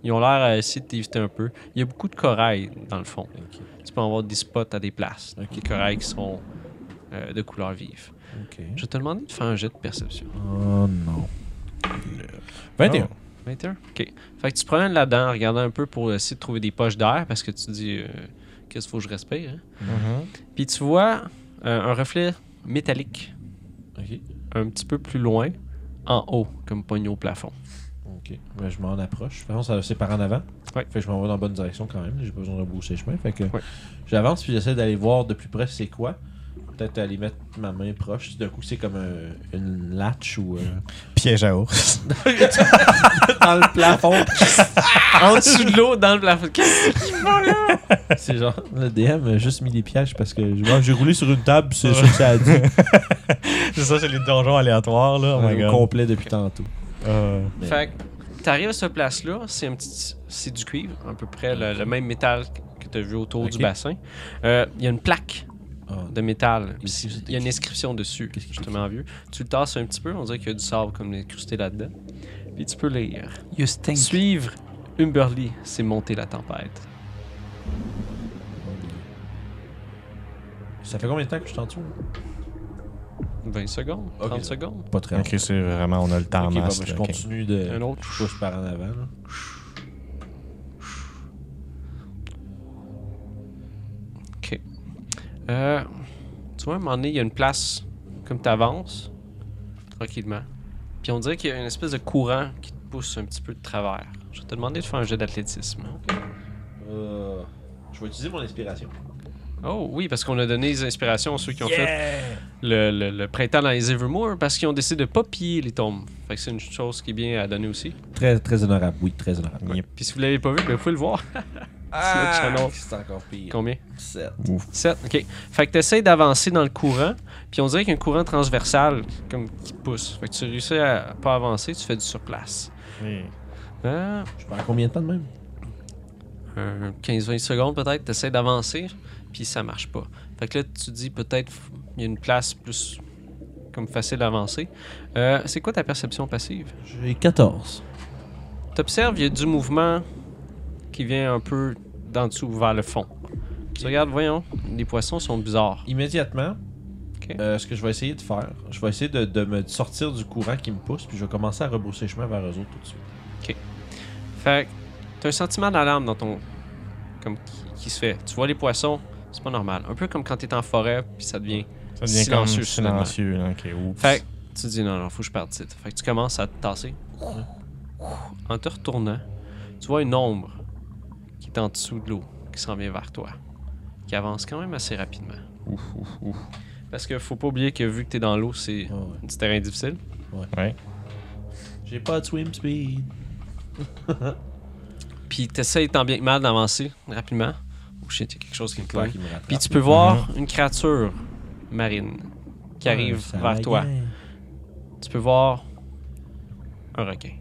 Ils ont l'air à essayer de t'éviter un peu. Il y a beaucoup de corail dans le fond. Ok. Tu peux en avoir des spots à des places. Ok. Des corails qui sont euh, de couleur vive. Ok. Je vais te demander de faire un jet de perception. Oh non. 21. Oh. 21. OK. Fait que tu te promènes là-dedans en regardant un peu pour essayer de trouver des poches d'air parce que tu te dis euh, qu'est-ce qu'il faut que je respire. hein? Mhm. Puis tu vois euh, un reflet métallique Ok. un petit peu plus loin, en haut, comme pogné au plafond. Ok. Ben, je m'en approche. De toute façon, ça- c'est par en avant. Ouais. Fait que je m'en vais dans la bonne direction quand même. J'ai pas besoin de rebrousser le chemin. Fait que Ouais. j'avance puis j'essaie d'aller voir de plus près c'est quoi. Peut-être aller mettre ma main proche. D'un coup, c'est comme un- une latche ou euh, Piège à ours. <laughs> <laughs> dans le plafond. Ah! en dessous de l'eau, dans le plafond. Qu'est-ce que- <laughs> c'est genre le DM a juste mis des pièges parce que je- ouais, j'ai roulé sur une table. puis C'est sûr que ça a dit <laughs> c'est ça, c'est les donjons aléatoires, là. Oh my au god. complet depuis tantôt. Euh, Mais- Fait que t'arrives à cette place-là, c'est un petit, c'est du cuivre, à peu près le, le même métal que tu as vu autour du Ok. bassin. Euh, Il y a une plaque Ah, de métal. Mais c'est- Il y a une inscription dessus, Qu'est-ce qu'il justement vieux. Tu le tasses un petit peu, on dirait qu'il y a du sable comme incrusté là-dedans. Puis tu peux lire. You stink. Suivre Umberly, c'est monter la tempête. ça fait combien de temps que je suis en dessous? 20 secondes, 30 Ok. secondes. Pas très ok, c'est vraiment, on a le temps en Ok, bon, masse, ben, je là, ok. continue de. Un autre. Je pousse par en avant. là. Euh, tu vois, à un moment donné, il y a une place comme tu avances tranquillement. Puis on dirait qu'il y a une espèce de courant qui te pousse un petit peu de travers. Je vais te demander de faire un jet d'athlétisme. Euh, je vais utiliser mon inspiration. Oh oui, parce qu'on a donné les inspirations à ceux qui ont fait le, le- le printemps dans les Evermore parce qu'ils ont décidé de pas piller les tombes. Fait que c'est une chose qui est bien à donner aussi. Très, très honorable, oui, très honorable. Yep. Puis si vous l'avez pas vu, ben, vous pouvez le <laughs> voir. Ah, c'est encore pire. Combien 7. 7. OK. Fait que t'essayes d'avancer dans le courant, puis on dirait qu'il y a un courant transversal comme qui te pousse. Fait que tu réussis à pas avancer, tu fais du surplace. Et- Hein? Je perds combien de temps de même? un 15-20 secondes peut-être, tu essaies d'avancer, puis ça marche pas. Fait que là, tu te dis peut-être f- il y a une place plus comme facile d'avancer. Euh, c'est quoi ta perception passive? J'ai 14. T'observes, il y a du mouvement qui vient un peu d'en dessous vers le fond. Tu regardes, voyons, les poissons sont bizarres. Immédiatement, Ok. euh, ce que je vais essayer de faire, je vais essayer de, de me sortir du courant qui me pousse, puis je vais commencer à rebrousser chemin vers eux autres tout de suite. Fait que t'as un sentiment d'alarme dans ton... comme qui, qui se fait. Tu vois les poissons, c'est pas normal. Un peu comme quand t'es en forêt, puis ça devient Ça devient Silencieux, comme soudainement. silencieux, là. Ok, oups. <laughs> Fait que tu te dis non, non, faut que je parte ici. Fait que tu commences à te tasser. En te retournant, tu vois une ombre qui est en dessous de l'eau, qui s'en vient vers toi, qui avance quand même assez rapidement. Ouf, ouf, ouf. Parce que faut pas oublier que vu que t'es dans l'eau, c'est Ah ouais. un petit terrain difficile. Ouais. J'ai pas de swim speed. Puis t'essayes tant bien que mal d'avancer rapidement. Oh shit, y a quelque chose qui me Claire pointe. qui me rattrape. Puis tu Mm-hmm. peux voir une créature marine qui arrive Ah, Ça vers va toi. bien. Tu peux voir un requin.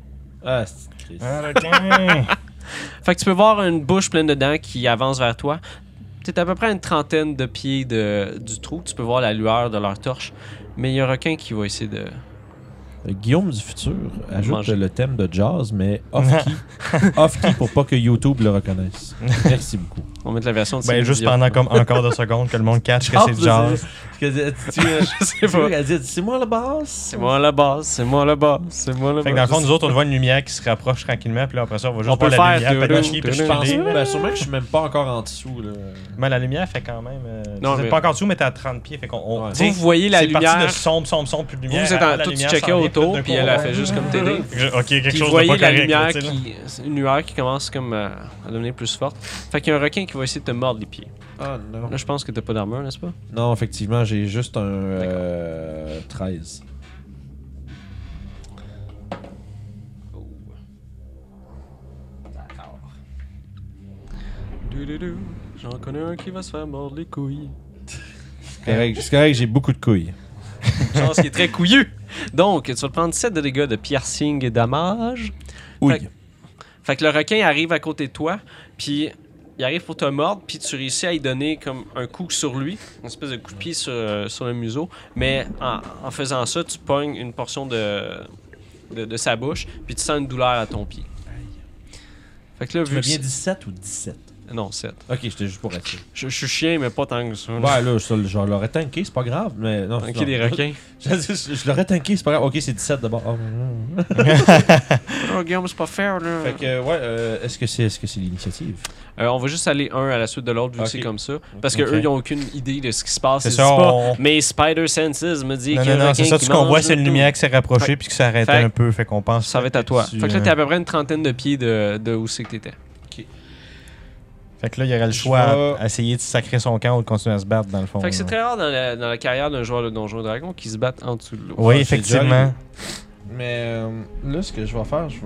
Ah, c'est Chris. Ah, le gain! Fait que tu peux voir une bouche pleine de dents qui avance vers toi. T'es à peu près à une trentaine de pieds de, du trou. Tu peux voir la lueur de leur torche. Mais il y a un requin qui va essayer de. Euh, Guillaume du futur ajoute Manger. le thème de jazz, mais off-key. off-key pour pas que YouTube le reconnaisse. Merci beaucoup. On va mettre la version de ben, Céline juste Dion. pendant comme encore deux secondes que le monde catch Ah, que c'est du genre. Je sais pas. euh, Elle dit c'est moi le boss. C'est C'est moi la base, c'est moi la base, c'est moi la Fait que dans le base. fond, nous autres, on voit une lumière qui se rapproche tranquillement, puis là, après ça, on va juste On peut voir la faire lumière. deux, puis deux, chier, puis deux, je Je deux. pense fais des- ben, sûrement que je suis même pas encore en dessous. Là. Mais la lumière fait quand même. euh, Non, vous êtes mais- pas encore dessus, mais t'es à 30 pieds. Fait qu'on. on- Ouais. tu sais, Vous voyez la C'est parti lumière. de sombre, sombre, sombre, plus de Vous, lumière. vous êtes à- à en la tout lumière checké s'en au autour, puis elle a fait juste <laughs> comme t'aider. Je- Ok, quelque Puis chose vous voyez de pas la correct. lumière là, tu sais, là. qui. Une lueur qui commence comme euh, à devenir plus forte. Fait qu'il y a un requin qui va essayer de te mordre les pieds. Ah non. Là, je pense que t'as pas d'armure, n'est-ce pas? Non, effectivement, j'ai juste un euh, 13. J'en connais un qui va se faire mordre les couilles. C'est correct, c'est correct, j'ai beaucoup de couilles. Je pense qu'il est très couillu. Donc, tu vas prendre 7 de dégâts de piercing et damage. Fait Oui. que- Fait que le requin arrive à côté de toi, puis il arrive pour te mordre, puis tu réussis à lui donner comme un coup sur lui, une espèce de coup de pied sur, euh, sur le museau, mais en, en faisant ça, tu pognes une portion de, de, de sa bouche, puis tu sens une douleur à ton pied. Fait que là, Tu vu m'as que bien dit 7 ou 17 c'est- Non, 7. Ok, j'étais juste pour être sûr. Je, je suis chien, mais pas tant que ça. là. Ouais, là, ça, je l'aurais tanké, c'est pas grave, mais non. <laughs> Ok, non. des requins. <laughs> Je, je- je l'aurais tanké, c'est pas grave. Ok, c'est 17 d'abord. Ah, mm, <laughs> mm. oh, Guillaume, c'est pas fair, là. Fait que, ouais, euh, est-ce que c'est est -ce c'est l'initiative Euh, on va juste aller un à la suite de l'autre, vu que c'est Ok. comme ça. Parce que Ok. eux, ils n'ont aucune idée de ce qui se passe. C'est ils ça, disent pas, on- Mais Spider Senses me dit Non, qu'il y a non, un non, requin c'est ça. qui Tout ce qu'on mange voit, de c'est une tout. lumière qui s'est rapprochée Fait- puis qui s'arrêtait Fait- un peu. Fait qu'on pense. Ça va être à toi. Tu, Fait que là, euh, t'es à peu près une trentaine de pieds de, de où c'est que t'étais. Fait que là, il y aurait le Je choix à- vais- à essayer de sacrer son camp ou de continuer à se battre, dans le fond. Fait que c'est là. très rare dans la, dans la carrière d'un joueur de Donjon et Dragon qui se batte en dessous de l'eau. Oui, Ouais, c'est déjà effectivement. Mais euh, là, ce que je vais faire, je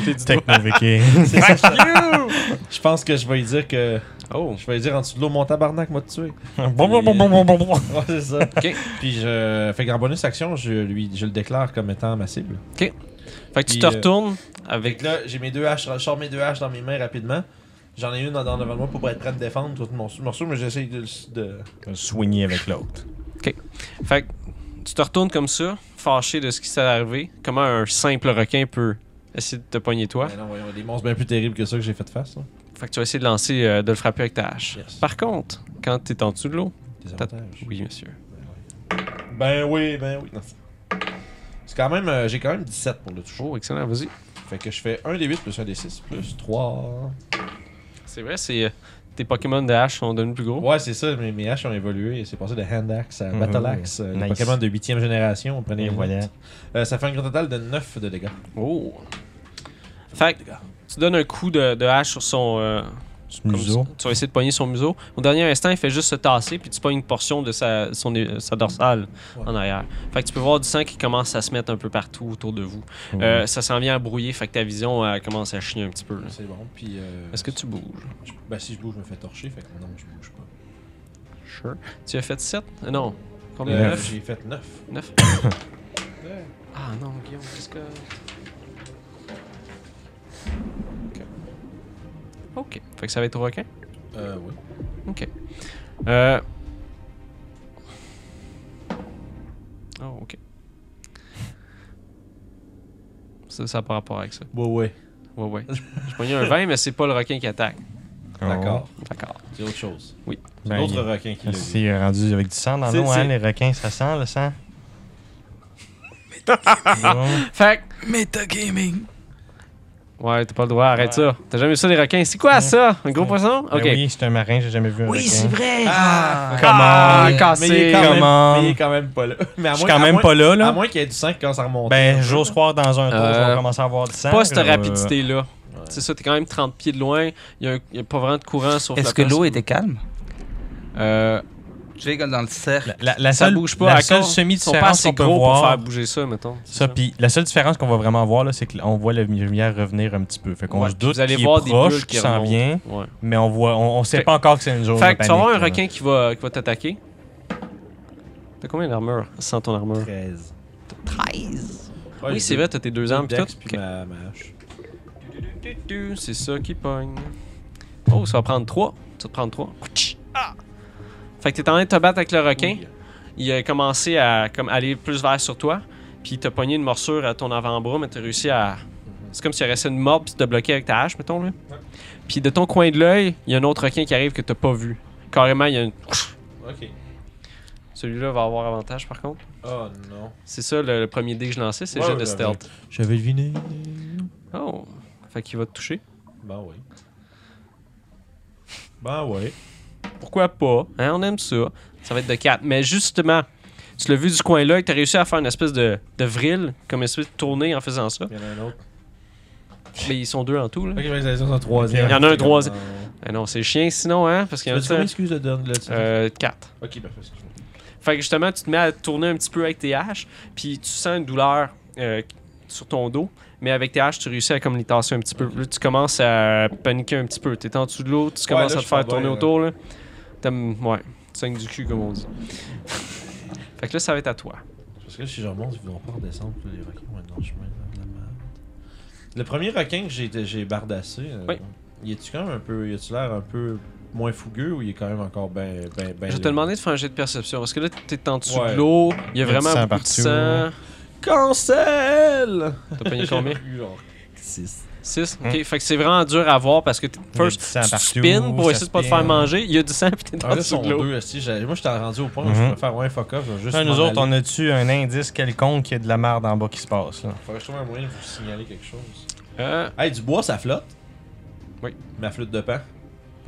<laughs> vais. <laughs> Technoviqué. <laughs> Je pense que je vais lui dire que. Oh, Je vais lui dire en dessous de l'eau, mon tabarnak m'a tué. <laughs> bon, bon, bon, bon, bon, bon, bon. Ouais, c'est ça. Ok. Puis je. Fait qu'en bonus action, je, lui, je le déclare comme étant ma cible. fait que tu Puis, te euh, retournes Fait avec. que là, j'ai mes deux haches, je sors mes deux haches dans mes mains rapidement. J'en ai une dans, dans devant moi pour être prêt à me défendre tout mon morceau, mais j'essaye de, de. Soigner avec l'autre. Fait que tu te retournes comme ça, fâché de ce qui s'est arrivé. Comment un simple requin peut essayer de te pogner toi. Mais Ben non, voyons, des monstres bien plus terribles que ça que j'ai fait face. hein. Là. Fait que tu vas essayer de lancer, euh, de le frapper avec ta hache. Yes. Par contre, quand t'es en dessous de l'eau, Des T'as- avantages. oui, monsieur. Ben oui, ben oui. Non, c'est- C'est quand même. euh, j'ai quand même 17 pour le toucher. Oh, excellent, vas-y. Fait que je fais 1 des 8 plus 1 des 6 plus 3. C'est vrai, c'est euh, tes Pokémon de hache sont devenus plus gros. Ouais, c'est ça, mes, mes haches ont évolué. C'est passé de Hand Axe à Mhm. Mm-hmm. Battle Axe, euh, le Nice. Pokémon de 8ème génération. On prenait Et une voilà. note. Euh, ça fait un grand total de 9 de dégâts. Oh. Fait que tu donnes un coup de, de hache sur son euh, Du comme museau. ça. Tu vas essayer de pogner son museau. Au dernier instant, il fait juste se tasser, puis tu pognes une portion de sa, son, é- sa dorsale Ouais. en arrière. Fait que tu peux voir du sang qui commence à se mettre un peu partout autour de vous. Euh, ça s'en vient à brouiller, fait que ta vision elle commence à chier un petit peu. là. C'est bon. Puis. euh, Est-ce que tu bouges? je- ben, si je bouge, je me fais torcher. Fait que non, je bouge pas. Sure. Tu as fait 7? Non. Combien? Euh, 9? J'ai fait 9. 9? <coughs> Ah non, Guillaume, qu'est-ce que... Ok. Ok. Fait que ça va être au requin? Euh, oui. Ok. Euh... Oh, ok. Ça, ça n'a pas rapport avec ça. Ouais, ouais. Ouais, ouais. J'ai pogné un 20, mais c'est pas le requin qui attaque. D'accord. D'accord. C'est autre chose. Oui. C'est Oh. Ben, d'autres requins qui Ah, le C'est euh, rendu avec du sang dans C'est- l'eau, hein, c'est- les requins, ça sent <laughs> le sang. Bon. Fait que- Metagaming. Ouais, t'as pas le droit, arrête ça. T'as jamais vu ça, les requins? C'est quoi ça? Un gros Ouais. poisson? Ben Ok. oui, c'est un marin, j'ai jamais vu un requin. vrai! Ah, Ah, Mais- cassé! mais il, est quand Comment? même, mais il est quand même pas là. <laughs> Mais à Je suis moins- quand à même moins- pas là, À là. moins qu'il y ait du sang qui commence à remonter. Ben, j'ose croire dans un tour, je Euh, vais commencer à avoir du sang. pas cette euh, rapidité-là. C'est ça, t'es quand même 30 pieds de loin. Il n'y a, pas vraiment de courant sur Est-ce que l'eau était calme? Euh, Tu sais, comme dans le cercle. La, la ça seule, bouge pas. La à seule cause- semi ils sont pas différence assez qu'on peut gros pour faire voir. bouger ça, mettons. c'est Ça, puis la seule différence qu'on va vraiment voir, là, c'est qu'on voit la lumière revenir un petit peu. Fait qu'on Ouais, se puis doute vous allez qu'il voir est des bulles proche, qui qu'il s'en remontent. vient, Ouais. mais on voit, on, on sait Fait- pas encore que c'est une zone Fait de que tu vas avoir un panique, là. requin qui va, qui va t'attaquer. T'as combien d'armure sans ton armure 13. 13. Ouais, oui, j'ai c'est deux- vrai, t'as tes deux deux armes pis Dex tout. puis Ok. ma, ma hache. C'est ça qui pogne. Oh, ça va prendre 3. Ça va prendre 3. Ah! Fait que t'es en train de te battre avec le requin. Oui. Il a commencé à comme, aller plus vers sur toi, puis il t'a pogné une morsure à ton avant-bras, mais t'as réussi à. Mhm. C'est comme si il restait une mort, puis tu t'as bloqué avec ta hache, mettons. Là. Puis de ton coin de l'œil, il y a un autre requin qui arrive que t'as pas vu. Carrément, il y a une. Ok. <laughs> Celui-là va avoir avantage par contre. Oh non. C'est ça le, le premier dé que je lançais, c'est Ouais, le jet de ouais, ben, stealth. J'avais deviné. Oh, fait qu'il va te toucher. Ben oui. Ben oui. Pourquoi pas? Hein, on aime ça. Ça va être de 4. Mais justement, tu l'as vu du coin là, que tu as réussi à faire une espèce de, de vrille, comme une espèce de tournée en faisant ça. Il y en a un autre. Mais ils sont deux en tout. Là. Ok, je vais les aller sur un troisième. Il y en a un troisième. Euh, Ah non, c'est chien sinon, hein? Parce Tu qu'il y en veux a trouver ça. une excuse de Don là-dessus? Euh, quatre. Ok, parfait, excuse-moi. Fait que justement, tu te mets à tourner un petit peu avec tes haches, puis tu sens une douleur euh, sur ton dos, mais avec tes haches, tu réussis à comme les tasser un petit peu. Là, tu commences à paniquer un petit peu. T'es en dessous de l'eau, tu commences là, à te je faire suis pas tourner bien, autour. Là. T'as- ouais, saigne du cul, comme on dit. <laughs> fait que là, ça va être à toi. Parce que si je remonte, ils vont pas redescendre tous les requins vont être dans le chemin. là, de la merde. Le premier requin que j'ai, j'ai bardassé, euh, Oui. il est-tu quand même un peu. Il a-tu l'air un peu moins fougueux ou il est quand même encore ben. ben, ben Je vais te demander de faire un jet de perception. Parce que là, t'es en dessous Ouais. de l'eau, il y a Il y a du vraiment sang beaucoup de partout. sang. Cancel T'as pogné combien <laughs> Genre 6. 6. Hein? Ok, fait que c'est vraiment dur à voir parce que t- Il y a first, du tu sang tu partout, spins pour ça essayer de pas te spin. faire manger. Il y a du sang <laughs> puis t'es Ah, dans là, ils dessous sont de l'eau. deux, esti, j'ai- Moi, j'étais rendu au point où je Mhm. peux faire un fuck off. Je vais juste. Là, nous m'en autres, aller. on a-tu un indice quelconque qu'il y a de la merde en bas qui se passe, là? Faudrait que je trouve un moyen de vous signaler quelque chose. Euh, Hey, du bois, ça flotte. Oui. Ma flûte de pan.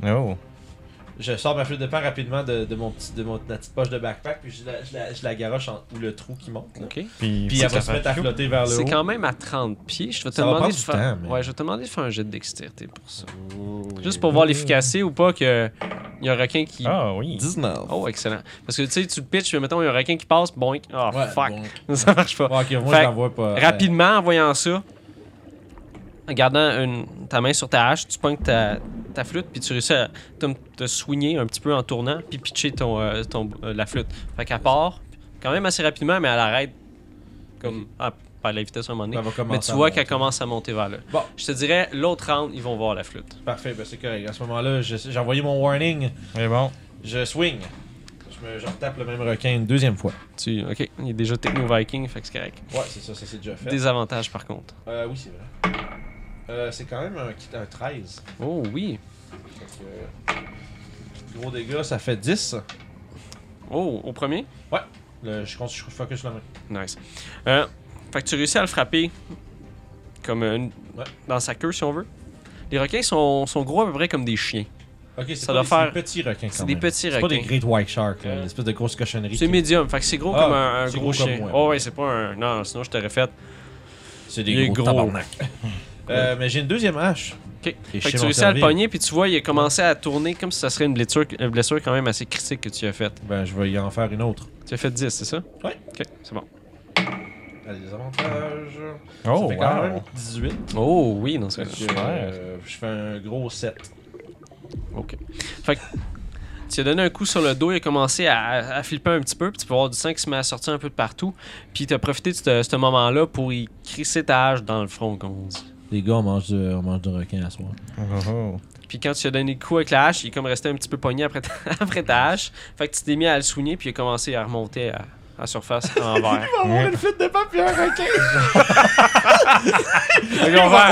No. Je sors ma flûte de pan rapidement de, de, mon petit, de mon- ma petite poche de backpack, puis je la, je la, je la garoche en, ou le trou qui monte. là. ok. Puis, Puis faut elle que va ça se mettre à fasse- flotter vers le haut. C'est quand même à 30 pieds. Je vais te Ça va demander prendre de du faire. temps, mais- Ouais, je vais te demander de faire un jet de dextérité pour ça. Mmh. Juste pour voir l'efficacité ou pas que il y a un requin qui. Ah oui. 19. Oh, excellent. Parce que tu sais, tu le pitches, puis mettons, il y a un requin qui passe, boink. Ah, Ouais, fuck. <laughs> bon. Ça marche pas. Bon, ok, moi Fait je l'envoie pas. Rapidement, en voyant ça, en gardant une- ta main sur ta hache, tu pognes ta, ta flûte, puis tu réussis à te, te soigner un petit peu en tournant, puis pitcher ton, euh, ton- euh, la flûte. Fait qu'elle part, quand même assez rapidement, mais elle arrête comme à, à la vitesse à un moment Euh, donné. elle va commencer Mais tu à vois monter. qu'elle commence à monter vers là. Bon. Je te dirais, l'autre round, ils vont voir la flûte. Parfait, ben c'est correct. À ce moment-là, je- j'ai envoyé mon warning. Mais bon. Je swing. Je, me, je retape le même requin une deuxième fois. Tu, ok, il est déjà techno viking, fait que c'est correct. Ouais, c'est ça, ça c'est déjà fait. Des avantages par contre. Euh, oui, c'est vrai. Euh, c'est quand même un, kit- un 13. Oh oui. Fait que, euh, gros dégâts, ça fait 10. Oh, au premier. Le- je compte, je focus la main. Nice. Euh, fait que tu réussis à le frapper comme une- Ouais. dans sa queue, si on veut. Les requins sont, sont gros à peu près comme des chiens. Ok, c'est Ça pas doit des, faire- c'est des petits requins. quand c'est des même. petits C'est pas des requins. great white sharks, là, Euh, une espèce de grosse cochonnerie. C'est qui- médium, fait que c'est gros Ah, comme un, un c'est gros, gros comme chien. moi. Oh ouais, c'est pas un. Non, sinon je t'aurais fait. C'est Il est des gros. gros, <laughs> tabarnak. Euh, mais j'ai une deuxième hache. Ok. Et Fait chez que tu mon réussis à le servir. pogner, puis tu vois, il a commencé à tourner comme si ça serait une blessure, une blessure quand même assez critique que tu as faite. Ben, je vais y en faire une autre. Tu as fait 10, c'est ça? Ouais. Ok, c'est bon. Allez, les avantages. ça Oh, fait quand même wow. 18. Oh oui, dans ce Fait cas-là. que, euh, je fais un gros 7. Ok. Fait que tu as donné un coup sur le dos, il a commencé à, à- à flipper un petit peu, puis tu peux voir du sang qui se met à sortir un peu de partout. Puis tu as profité de ce, ce moment-là pour y crisser ta hache dans le front, comme on dit. Les gars, on mange du, on mange du requin à soir. Oh, oh. Puis quand tu as donné le coup avec la hache, il est comme resté un petit peu pogné après ta, <laughs> après ta hache. Fait que tu t'es mis à le soigner, puis il a commencé à remonter à à surface en <laughs> envers. oh. une flûte de pape et un requin.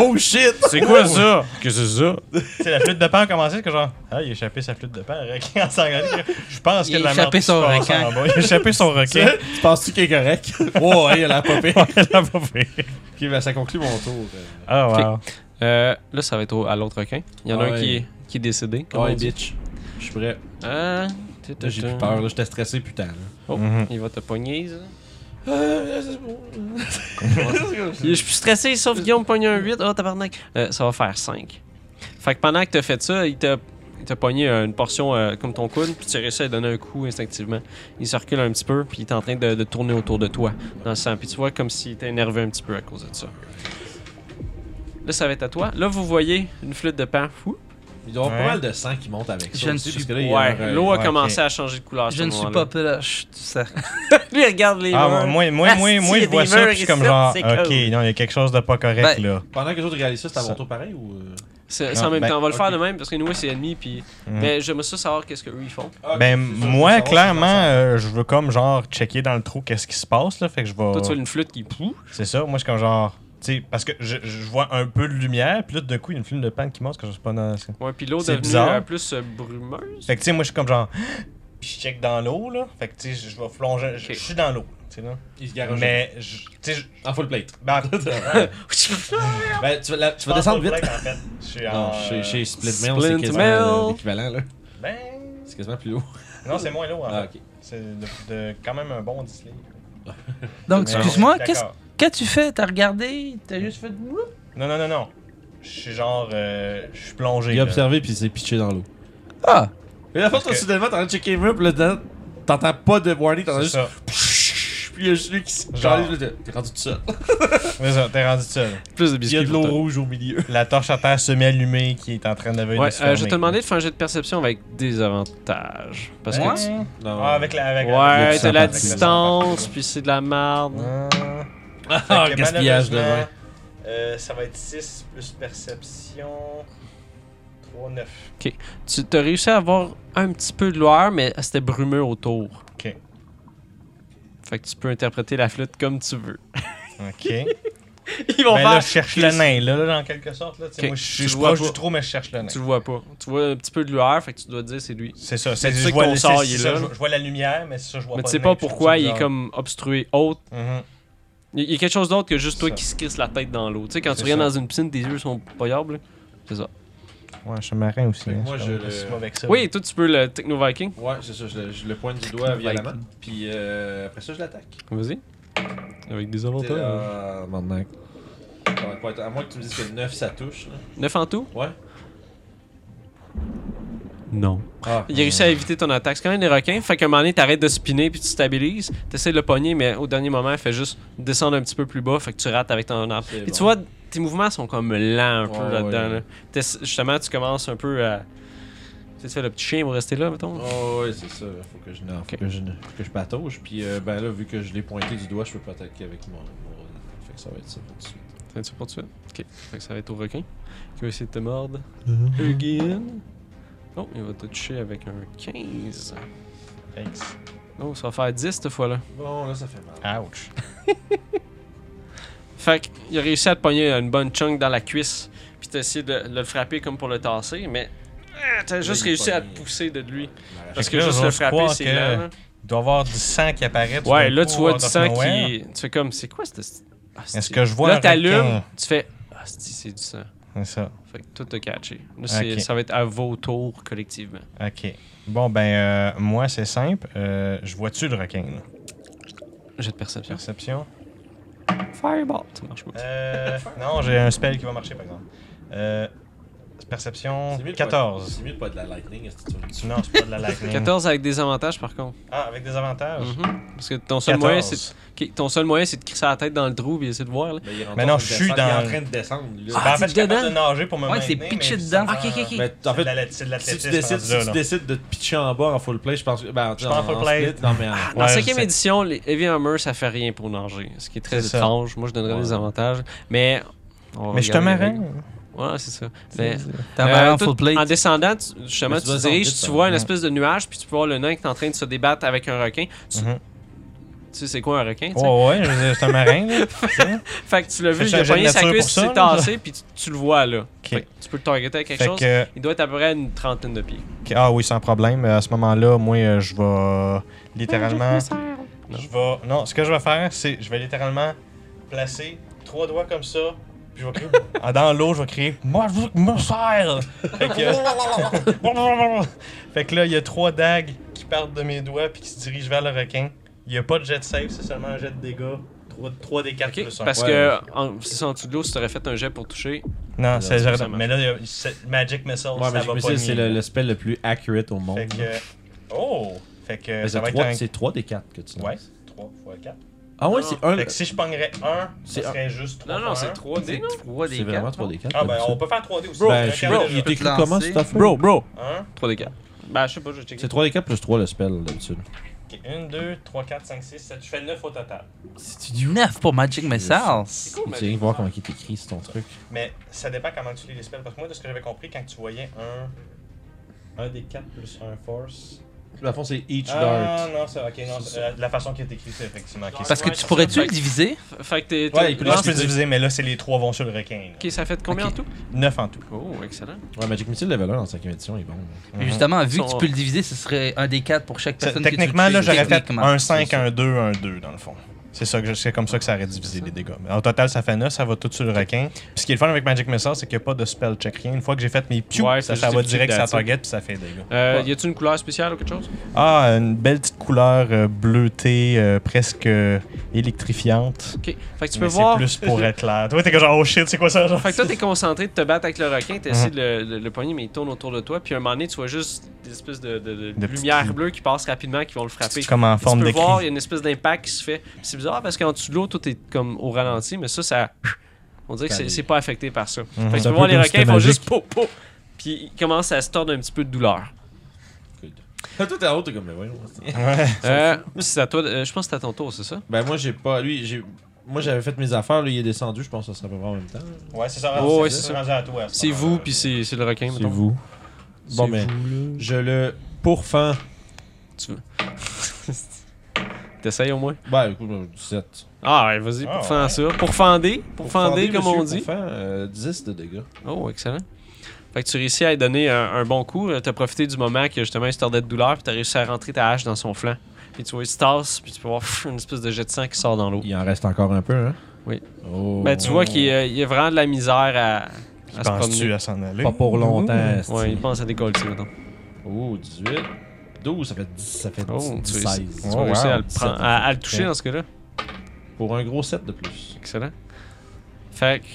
Oh shit! C'est quoi ça? Qu'est-ce que c'est ça? C'est la flûte de pan a commencé, c'est que genre, ah, il a échappé sa flûte de pan, requin en s'engager. Je pense Il que a la merde échappé qui se son passe requin. en bas. Il a échappé son requin. <laughs> tu penses-tu qu'il est <laughs> correct? oh, ouais, il a la <laughs> popée. Elle a pas fait. ok, ben, ça conclut mon tour. Euh, Ah, wow. Euh, là, ça va être au- à l'autre requin. Il y en a un Ouais. qui est, qui est décédé. comme on ouais, dit. bitch. Je suis prêt. Ah, Là, j'ai plus peur. Là, j'étais stressé, putain. là. Oh, Mhm. Il va te pogner. ça. Euh, c'est bon. Je suis stressé, sauf Guillaume pogné un 8. Oh, tabarnak. Euh, ça va faire 5. Fait que pendant que t'as fait ça, il t'a, il t'a pogné euh, une portion euh, comme ton coude, puis tu réussis à lui donner un coup instinctivement. Il se recule un petit peu, puis il est en train de, de tourner autour de toi, dans le sang. Puis tu vois comme s'il était énervé un petit peu à cause de ça. Là, ça va être à toi. Là, vous voyez une flûte de pan. Ouh. Il doit y avoir Ouais. pas mal de sang qui monte avec ça. Je ne aussi, suis- parce que là, il y a un euh, Ouais, requin. l'eau a ouais, commencé ok. à changer de couleur. à Je ce ne suis moment-là. pas ploche du cercle. Lui, il regarde les murs. Ah, moi, moi, moi, Ah, moi, moi, si, je il y a vois des ça, murs puis je suis comme ici, genre, c'est ok, cool. non, il y a quelque chose de pas correct, Ben, là. Pendant que les autres réalisent ça, c'est à mon Ça- tour pareil ou. euh? C'est, Non, c'est en même ben, temps, on va le faire ok. de même parce que nous, c'est ennemi. Puis... Mhm. Mais j'aimerais ça savoir qu'est-ce que eux ils font. Ben, Ah, ok, c'est ça, moi, je veux savoir clairement, si ça sent. euh, je veux comme genre checker dans le trou qu'est-ce qui se passe, là. Fait que je Toi, tu vois vais. une flûte qui pouf, C'est ça, moi, je suis comme genre. Tu sais, parce que je, je vois un peu de lumière, puis là, d'un coup, il y a une flume de panne qui monte, que je sais pas dans. c'est- Ouais, puis l'eau C'est devenue bizarre. euh, plus euh, brumeuse. <laughs> Fait que, tu sais, moi, je suis comme genre. <gasps> Puis je check dans l'eau, là. Fait que, tu sais, je je vais plonger. Je Ok. je suis dans l'eau, tu sais, là. Il se garoche. Mais, je- tu sais, je- En full <laughs> plate. ben, Ben, tu vas, la- tu vas descendre vite. En fait. Je suis en. Non, chez, chez Split Mail, Splint c'est quasiment euh, Mail. l'équivalent, là. Ben. C'est quasiment plus haut. Non, c'est moins l'eau, en Ah, fait. ok. C'est de, de- quand même un bon display. Donc, Mais Oh, excuse-moi, on est qu'est-ce d'accord. qu'as-tu fait? T'as regardé? T'as juste fait. Whoop Non, non, non, non. Je suis genre. euh, je suis plongé. Il a là. observé puis il s'est pitché dans l'eau. Ah! Et la fois, toi, que- soudainement, t'entends checker les murs, puis là, dedans, t'entends pas de warning, t'entends C'est juste. ça. Puis il y a juste lui qui se Genre. calise, là, T'es rendu tout seul. C'est ça, T'es rendu seul. Plus de Il y biscuits. a de pour l'eau toi. rouge au milieu. La torche à terre semi-allumée qui est en train de venir. Ouais, euh, je vais te demander de faire un jet de perception avec des avantages. Parce Ouais. que tu... Non. Ah, avec la. Avec Ouais, le t'as la avec le distance, puis c'est de la merde. Ah, gaspillage de vin. Euh, ça va être 6 plus perception. 3, 9. Tu t'as réussi à avoir un petit peu de lueur, mais c'était brumeux autour. Ok. Fait que tu peux interpréter la flûte comme tu veux. <laughs> Ok. <laughs> Ils vont ben là, faire. je cherche le nain, là, là, en quelque sorte. Là, Tu Ok, sais, Moi, je tu suis je suis le vois proche pas. du trou, mais je cherche le nain. Tu le vois pas. Tu vois un petit peu de lueur, fait que tu dois te dire c'est lui. C'est ça. Mais C'est tu je sais que vois ton le- sort, c'est- il est c'est ça, là. Je, je vois la lumière, mais c'est ça, je vois Mais pas tu le sais nain, pas puis je trouve pourquoi ça il est bizarre. comme obstrué haute. Mhm. Il y a quelque chose d'autre que juste toi Ça. qui se crisse la tête dans l'eau. Tu sais, quand tu C'est regardes ça. dans une piscine, tes yeux sont payables. là. C'est ça. Ouais, je suis marin aussi. Fait que hein, moi, je je suis le- pas si mauvais que ça. Oui, toi, tu peux le Techno-Viking. Ouais, c'est ça, je le, je le pointe du doigt Viking. violemment, puis euh, après ça, je l'attaque. Vas-y. Avec des T'es- Ah, maintenant. Ça va pas être- À moins que tu me dises que 9 ça touche. Là. 9 en tout Ouais. Non. Ah. Il a réussi à éviter ton attaque. C'est quand même des requins. Fait qu'à un moment donné, t'arrêtes de spinner puis tu stabilises. T'essaies de le pogner, mais au dernier moment, il fait juste descendre un petit peu plus bas. Fait que tu rates avec ton arbre. C'est Puis bon. tu vois, tes mouvements sont comme lents un peu Ouais, là-dedans. ouais. là. T'ess- Justement, tu commences un peu à. Tu sais, tu fais le petit chien pour rester là, mettons. Oh, ouais, c'est ça. Faut que je n'en- faut Ok. que je ne- faut que je patauge. Puis euh, ben là, vu que je l'ai pointé du doigt, je peux pas attaquer avec mon. mon- Fait que ça va être ça tout de suite. T'as tu pour tout de suite? Ok. Fait que ça va être au requin qui va essayer de te mordre. Mhm. Again. Oh, il va te toucher avec un 15. Thanks. Non, ça va faire 10 cette fois-là. Bon, là, ça fait mal. Ouch. Fait qu'il a réussi à te pogner une bonne chunk dans la cuisse, puis t'as essayé de, de le frapper comme pour le tasser, mais ah, t'as juste il est réussi à pogné. te pousser de lui. Mal à Parce Fait que que là, juste j'ose le frapper, croire c'est que- lent, là. Il doit y avoir du sang qui apparaît. tout Ouais, d'un là, coup, tu vois out du of sang nowhere. qui. Tu fais comme, c'est quoi cette. Ah, Est-ce c'est- que je vois Là, un requin? t'allumes, tu fais, ah, c'est c'est du sang. C'est ça. Fait que toi, t'as catché. Là, c'est- Ok. ça va être à vos tours collectivement. Ok. Bon, ben, euh, moi, c'est simple. Euh, je vois-tu le requin, là? J'ai de perception. Perception. Fireball, ça marche pas. Euh, non, j'ai un spell qui va marcher, par exemple. Euh, perception C'est mieux de pas- 14. C'est mieux de pas de la lightning, est-ce que tu veux dire? Non, c'est pas de <laughs> la lightning. 14 avec des avantages par contre. Ah, avec des avantages. Mhm. Parce que ton seul moyen, c'est de- ok, ton seul moyen, c'est de crisser la tête dans le trou et essayer de voir. Là. Ben, il est rendu Mais non, en train de je suis descendre, Il est en dans- train de descendre, là. Ben, Ah, en fait, c'est je suis capable de dedans? nager pour me Ouais, maintenir. c'est pitché mais dedans. sans- Ok, ok, ok. Mais C'est en de fait, la- c'est de si tu l'athlétisme décides, rendu si là, tu là. décides de te pitcher en bas en full play, je pense que. Ben, suis pas en full play. Ah, split, non, mais en- Dans Ouais, la je cinquième sais. édition, les Heavy Hammer, ça fait rien pour nager. Ce qui est très C'est ça. étrange. Moi, je donnerais Ouais. des avantages. Mais. on va Mais je te regarder les marin. règles. Ouais, c'est ça. Mais, T'as euh, marre en tout- full plate. En descendant, tu, justement, Mais tu tu dois te descendre diriges, vite, tu ça. vois une Ouais. espèce de nuage, puis tu peux voir le nain qui est en train de se débattre avec un requin. Tu, tu Mhm. sais, c'est quoi un requin? tu sais? Ouais, ouais, je veux dire, c'est un <laughs> marin, là. Ok. Fait que tu l'as vu, Fais il a un jet de pogné sa cuisse, nature pour il s'est ça, là. tassé, puis tu, tu le vois là. Fait que tu peux le targeter à quelque Fait chose. que. Il doit être à peu près à une trentaine de pieds. Ok, Ah oui, sans problème. À ce moment-là, moi, euh, je vais littéralement. Non. Je vais. Non, ce que je vais faire, c'est je vais littéralement placer trois doigts comme ça. Puis je vais crier. <laughs> Ah, Dans l'eau, je vais crier. Moi, je veux que me serre! Fait que. <laughs> fait que là, il y a trois dagues qui partent de mes doigts puis qui se dirigent vers le requin. Il n'y a pas de jet de save, c'est seulement un jet de dégâts. 3, des 4 Ok? plus 1. Parce Ouais, que en- si c'est en dessous de l'eau, si tu aurais fait un jet pour toucher, Non, ça, c'est zéro. ça marche. Mais là, il y a- c'est- Magic Missile, Ouais, ça mais va je pas. me dis, c'est nier. le, le spell le plus accurate au monde. Fait que. là. Oh! Fait que Mais ça va Euh, c'est être un 3, c'est 3 des 4 que tu lances. Ouais, 3 x 4. Ah ouais, c'est 1. Fait que si je pognerais 1, ce C'est un. serait juste 3. Non, non, c'est 3D. non? 3 C'est des vraiment 4. 3 des 4. Ah, ben on peut faire 3D aussi. Ben, je suis bro, il est peux te écrit comment lancer. cette affaire? Bro, bro! 1, 3D4. Bah, je sais pas, je vais checker. C'est 3 des 4 plus 3 le spell d'habitude. 1, 2, 3, 4, 5, 6, 7. Je fais 9 au total. 9 pour Magic Missile. cool, Tu mais- viens de voir comment il est écrit, c'est ton truc. Mais ça dépend comment tu lis les spells. Parce que moi, de ce que j'avais compris, quand tu voyais un. 1 des 4 plus 1 force. Dans le fond, c'est each Euh, Ah dart. non, c'est ok, non, c'est- la, la façon qui est écrite, c'est effectivement. ok. Parce que tu pourrais-tu le diviser? F- Fait que t'es. Ouais, t'es- il peut Là, je peux lance- diviser, mais là, c'est les 3 vont sur le requin. Ok, ça fait de combien Ok. en tout 9 en tout. Oh, excellent. Ouais, Magic Missile level 1 en 5ème édition, il est bon. Mais Justement, vu que Sont- tu peux le diviser, ce serait un des 4 pour chaque Ça, personne. que tu Techniquement, touches. là, j'aurais fait Techniquement. un 5, un 2, un 2, dans le fond. C'est ça que je- c'est comme ça que ça aurait divisé les dégâts. Mais en total, ça fait 9, ça va tout sur le requin. Puis ce qui est le fun avec Magic Missile, c'est qu'il n'y a pas de spell check rien. Une fois que j'ai fait mes piou, Ouais, ça, c'est ça juste va des direct petits sur la dés, target puis ça fait des dégâts. Euh, y a-t-il une couleur spéciale ou quelque chose Ah, une belle petite couleur euh, bleutée, euh, presque euh, électrifiante. Ok. Fait que tu peux Mais c'est voir. <laughs> plus pour être clair. Toi, t'es comme genre, oh shit, c'est quoi ça? genre? Fait que toi, t'es concentré de te battre avec le requin, t'essaies de le, le, le poignet, mais il tourne autour de toi. Puis à un moment donné, tu vois juste des espèces de, de, de De petites- lumières bleues qui passent rapidement, qui vont le frapper. C'est comme en Puis tu forme peux de voir, il y cri. a une espèce d'impact qui se fait. Puis c'est bizarre parce qu'en dessous de l'eau, tout est comme au ralenti, mais ça, ça. On dirait que c'est- c'est pas affecté par ça. Fait que tu C'est peux un voir peu les comme requins, ils c'était font magique. juste pop, pop. Puis ils commencent à se tordre un petit peu de douleur. <laughs> Toi, t'es en haut, t'es comme, mais voyons. Ouais. Euh, c'est à toi, de- euh, je pense que c'est à ton tour, c'est ça? Ben, moi, j'ai pas. Lui, j'ai. Moi, j'avais fait mes affaires, lui, il est descendu, je pense que ça serait pas vrai en même temps. Ouais, c'est ça. Oh, ouais, c'est c'est ça. rendu à toi. à ce C'est moment-là. vous, puis c'est c'est le requin. mettons. vous. Bon, C'est mais je le pourfends. T'essayes au moins. Ben, écoute, euh, 17. Ah, ouais, vas-y, Ah, pour faire ça. Pour fender, pour fender, comme on monsieur, dit. Pourfend, euh, 10 de dégâts. Oh, excellent. Fait que tu réussis à lui donner un, un bon coup. Euh, T'as profité du moment que justement il se tordait de douleur, puis t'as réussi à rentrer ta hache dans son flanc. Puis tu vois, il se tasse, puis tu peux voir <laughs> pff, une espèce de jet de sang qui sort dans l'eau. Il en reste encore un peu, hein? Oui. Oh. Ben, tu vois qu'il euh, il a vraiment de la misère à, à se Penses-tu promener. à s'en aller? Pas pour longtemps. esti. Ouais, il pense à décoller, mettons. Oh, 18. 12, ça fait 10, ça fait Oh, 10, tu réussis, 16. tu Oh, réussis à, wow. le prendre- à- à le toucher dans ce cas-là. Pour un gros 7 de plus. Excellent. Fait que.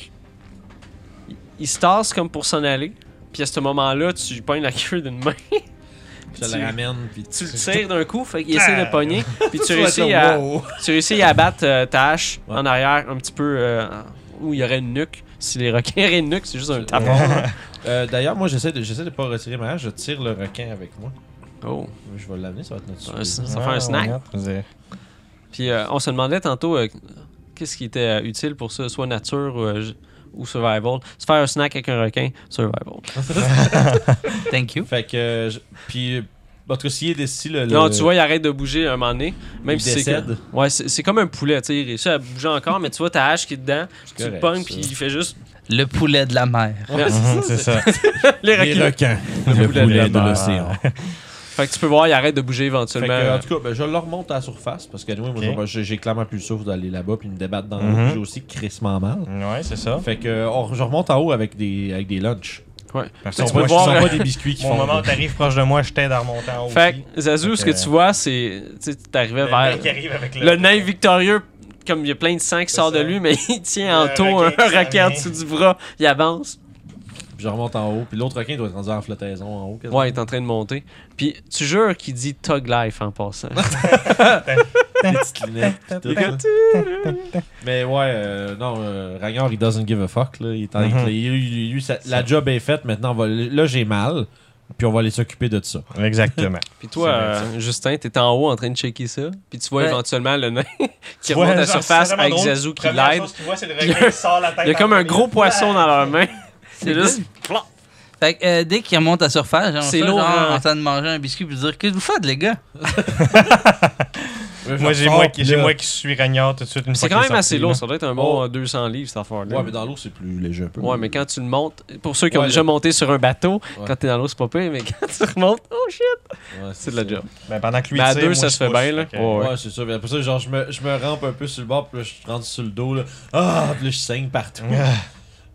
il- Il se tasse comme pour s'en aller. Puis à ce moment-là, tu lui pognes la queue d'une main. <laughs> Je Tu- le ramène, puis Tu le tires d'un coup, fait qu'il essaie de le pogner. Puis <laughs> tu réussis comme, à. wow. Tu réussis à battre euh, ta hache Ouais. en arrière, un petit peu euh, où il y aurait une nuque. Si les requins auraient une nuque, c'est juste un Ah tapon. Euh, D'ailleurs, moi, j'essaie de, j'essaie de pas retirer ma hache, je tire le requin avec moi. <laughs> Oh, Je vais l'amener, ça va être notre ça, ça surprise. fait un snack. <laughs> Ah, Ouais, Puis euh, on se demandait tantôt euh, qu'est-ce qui était euh, utile pour ça, soit nature ou, euh, j- ou survival. Se faire un snack avec un requin, survival. Thank you. Fait que. euh, je- Puis. euh, En tout cas, s'il est d'ici, le. le- Non, tu vois, il arrête de bouger un moment donné. Même Il si c'est décède. que- Ouais, c'est c'est comme un poulet, tu sais, il réussit à bouger encore, mais tu vois ta hache qui est dedans, tu le correct, pognes, ça. puis il fait juste <laughs> Le poulet de la mer. Ouais, c'est ça, Ah, C'est ça. les Les requins. requins. Le poulet de Fait que tu peux voir, il arrête de bouger Fait éventuellement. que, en tout cas, ben, je le remonte à la surface parce que anyway, moi, je- Ok. j'ai, j'ai clairement plus le souffle d'aller là-bas puis me débattre dans Mhm. l'eau. puis J'ai aussi crissement mal. Ouais, c'est ça. Fait que euh, on- je remonte en haut avec des, avec des lunchs. Ouais. Parce Tu que peux moi, je voir, sens euh, Pas des biscuits qui <laughs> Mon font. moment où t'arrives proche de moi, je t'aide à remonter en haut. Fait aussi. que, Zazu, ce que Fait que- tu vois, c'est. Tu sais, t'arrivais Le mec vers. qui arrive avec le. Le nain victorieux, comme il y a plein de sang qui sort de ça. lui, mais il tient en Le taux un requin qui requin en s'en dessous du bras, il avance. Puis je remonte en haut. Puis l'autre requin doit être rendu en flottaison en haut. quasiment. Ouais, il est en train de monter. Puis tu jures qu'il dit Tug Life en passant. Des petites lunettes, puis tout, là. Mais ouais, euh, non, euh, Ragnar, il doesn't give a fuck. Là. Il est en- Mhm. il- lui- lui, ça- la job est faite. Maintenant, on va- là, j'ai mal. Puis on va aller s'occuper de ça. Exactement. Puis toi, C'est euh, Justin, t'es en haut en train de checker ça. Puis tu vois Ouais. éventuellement le nain <laughs> qui Tu remonte vois, à la genre, surface c'est vraiment avec drôle. Zazu qui Première l'aide. chose que tu vois, c'est le Il y a- <laughs> requin qui sort la tête Il y a en comme un premier. gros poisson dans leurs <laughs> mains. C'est C'est juste. juste. Fait que, euh, dès qu'il remonte à surface, genre, C'est c'est genre, lourd, hein. en train de manger un biscuit puis dire Qu'est-ce que vous faites, les gars Moi, j'ai Genre, moi, qui- là- j'ai moi qui suis Ragnard tout de suite. une C'est fois quand qu'il même est assez sorti, lourd. là. Ça doit être un bon euh, 200 livres cette affaire-là. Oh. Ouais, mais dans l'eau, c'est plus léger un peu. Ouais, mais quand tu le montes, pour ceux qui ont Ouais, déjà le- monté sur un bateau, Ouais. quand t'es dans l'eau, c'est pas pire, mais <laughs> quand tu remontes, oh shit, Ouais, c'est de la job. Ben, pendant que lui Mais à tire, deux, moi, ça je se fait pousse. bien, là. Fait que- Ouais. Ouais, c'est ça. Mais après ça, genre, je me, je me rampe un peu sur le bord, puis là, je rentre sur le dos, là. Ah, puis là, je saigne partout.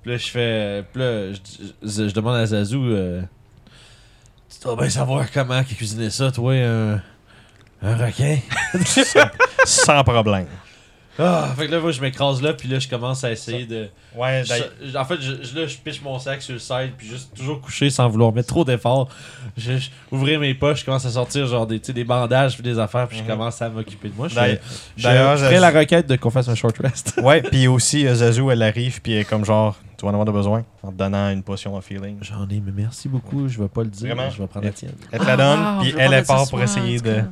puis là, je fais. Puis là, je, je- je demande à Zazu, euh, tu dois bien savoir comment cuisiner ça, toi, un, un requin. <laughs> Sans problème. Ah, fait que là, moi, je m'écrase là, puis là, je commence à essayer de. Ouais, d'ailleurs. Je- je- en fait, je, je- là, je piche mon sac sur le side, puis juste toujours couché sans vouloir mettre trop d'efforts. Je, je- ouvrir mes poches, je commence à sortir genre des, tu sais, des bandages, puis des affaires, puis je Mhm. commence à m'occuper de moi. Je D'ailleurs- fais- je d'ailleurs, ferai je- la requête de qu'on fasse un short rest. <laughs> Ouais, puis aussi, euh, Zazu, elle arrive, puis elle est comme genre, tu vas en avoir de besoin, en te donnant une potion de feeling. J'en ai, mais merci beaucoup, je vais pas le dire, Vraiment? je vais prendre la tienne. Elle te la donne, puis elle, elle part pour essayer de.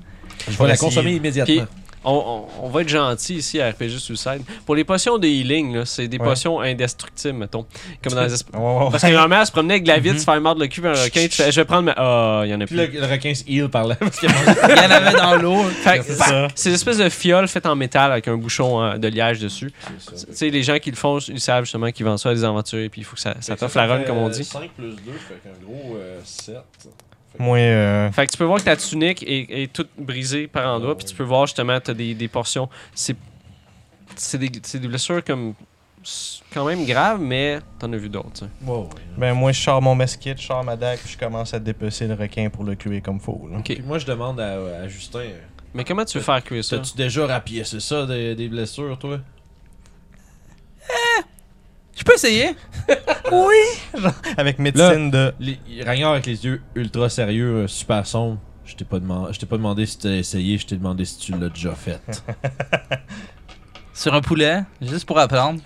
Je vais la essayer. consommer immédiatement. On, on- on va être gentil ici à RPG Suicide. Pour les potions de healing, là, c'est des Ouais. potions indestructibles, mettons. Comme dans <laughs> les esp- Ouais, ouais, ouais. Parce que normalement, elle se promenait avec de la vie, Mhm. tu fais mordre le cul vers un requin, tu fais, je vais prendre ma. Ah, il y en a Puis plus. le, le requin se heal par là. Parce que <laughs> Il y en avait dans l'eau. bah, Fait que- C'est ça. C'est une espèce de fiole faite en métal avec un bouchon hein, de liège dessus. Tu ça. sais, les gens qui le font, ils savent justement qu'ils vendent ça à des aventuriers, puis il faut que ça, ça t'offre la run, comme on dit. 5 euh, plus 2, fait qu'un gros euh, 7. Moi, euh, Fait que tu peux voir que ta tunique est, est toute brisée par endroits, puis tu peux voir justement, tu as des, des portions. C'est c'est des, c'est des blessures comme s- quand même graves, mais t'en as vu d'autres. tu sais. Wow. Ben, moi, je sors mon mesquite, je sors ma dague, puis je commence à dépecer le requin pour le tuer comme faux. là. Ok. Puis moi, je demande à, à Justin, Mais comment tu veux faire cuire ça? t'as-tu déjà rapiécé ça, des, des blessures, toi? Je peux essayer. oui. Avec médecine de. Les, Ragnar avec les yeux ultra sérieux, euh, super sombre. Je t'ai pas, deman- je t'ai pas demandé si t'as essayé, je t'ai demandé si tu l'as déjà <laughs> fait. <laughs> Sur un poulet, juste pour apprendre.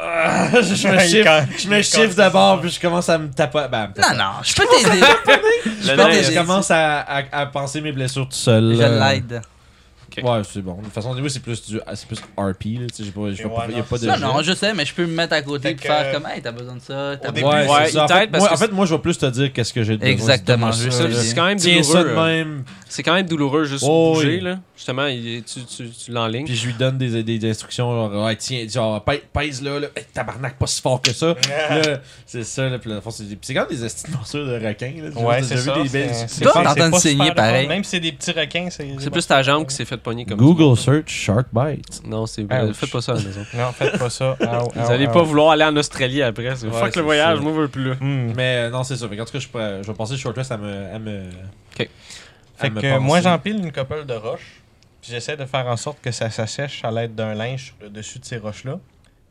je me Il chiffre, quand- je me il chiffre quand- d'abord, puis je commence à me taper. Ben, à me taper. Non, non, <laughs> je peux t'aider. Je Le pense nain, que je c'est- commence à, à, à penser mes blessures tout seul. je euh, l'aide. Ouais, c'est bon. De toute façon, au début, c'est plus, du, ah, c'est plus RP. Là, tu sais, j'ai pas, j'ai Et pas, ouais, y a non, pas de c'est Non, jeu. non, je sais, mais je peux me mettre à côté Fait et que, faire euh, comme, hey, t'as besoin de ça. T'as au début, besoin Ouais, de Ouais, c'est il ça. En fait, t'aide parce moi, que en fait, moi, je vais plus te dire qu'est-ce que j'ai de besoin. Exactement, Donne-moi je ça, veux là. ça, C'est quand même Tiens ça de douloureux. hein. même. C'est quand même douloureux juste Oh, bouger, oui. là. Justement, il- tu, tu, tu l'enlignes. Puis je lui donne des, des, des instructions. Genre, ouais, tiens, genre, pè- pèse là, là. Hey, tabarnak, pas si fort que <laughs> ça. Là, c'est ça, là. Puis là, dans le fond, c'est des- puis c'est quand même des estimes morsures de requin. Là, tu vois, Ouais, t'as c'est déjà vu ça. des belles- c'est Toi, pas- t'entends c'est pas saigner super le fun. pareil. Même si c'est des petits requins, c'est. C'est plus ta jambe qui s'est faite pogner comme ça. Google search shark bite. Non, c'est. Ouch. Faites pas ça à la <laughs> maison. Non, faites pas ça. Vous allez pas vouloir aller en Australie après. c'est- Ouais, Fuck c'est le voyage, ça. moi, je veux plus. Mais euh, non, c'est ça. Mais en tout cas, je, pourrais- je vais penser short rest à me. À me Ok. à Fait me que moi, penser. j'empile une couple de roches, puis j'essaie de faire en sorte que ça s'assèche à l'aide d'un linge sur le dessus de ces roches-là.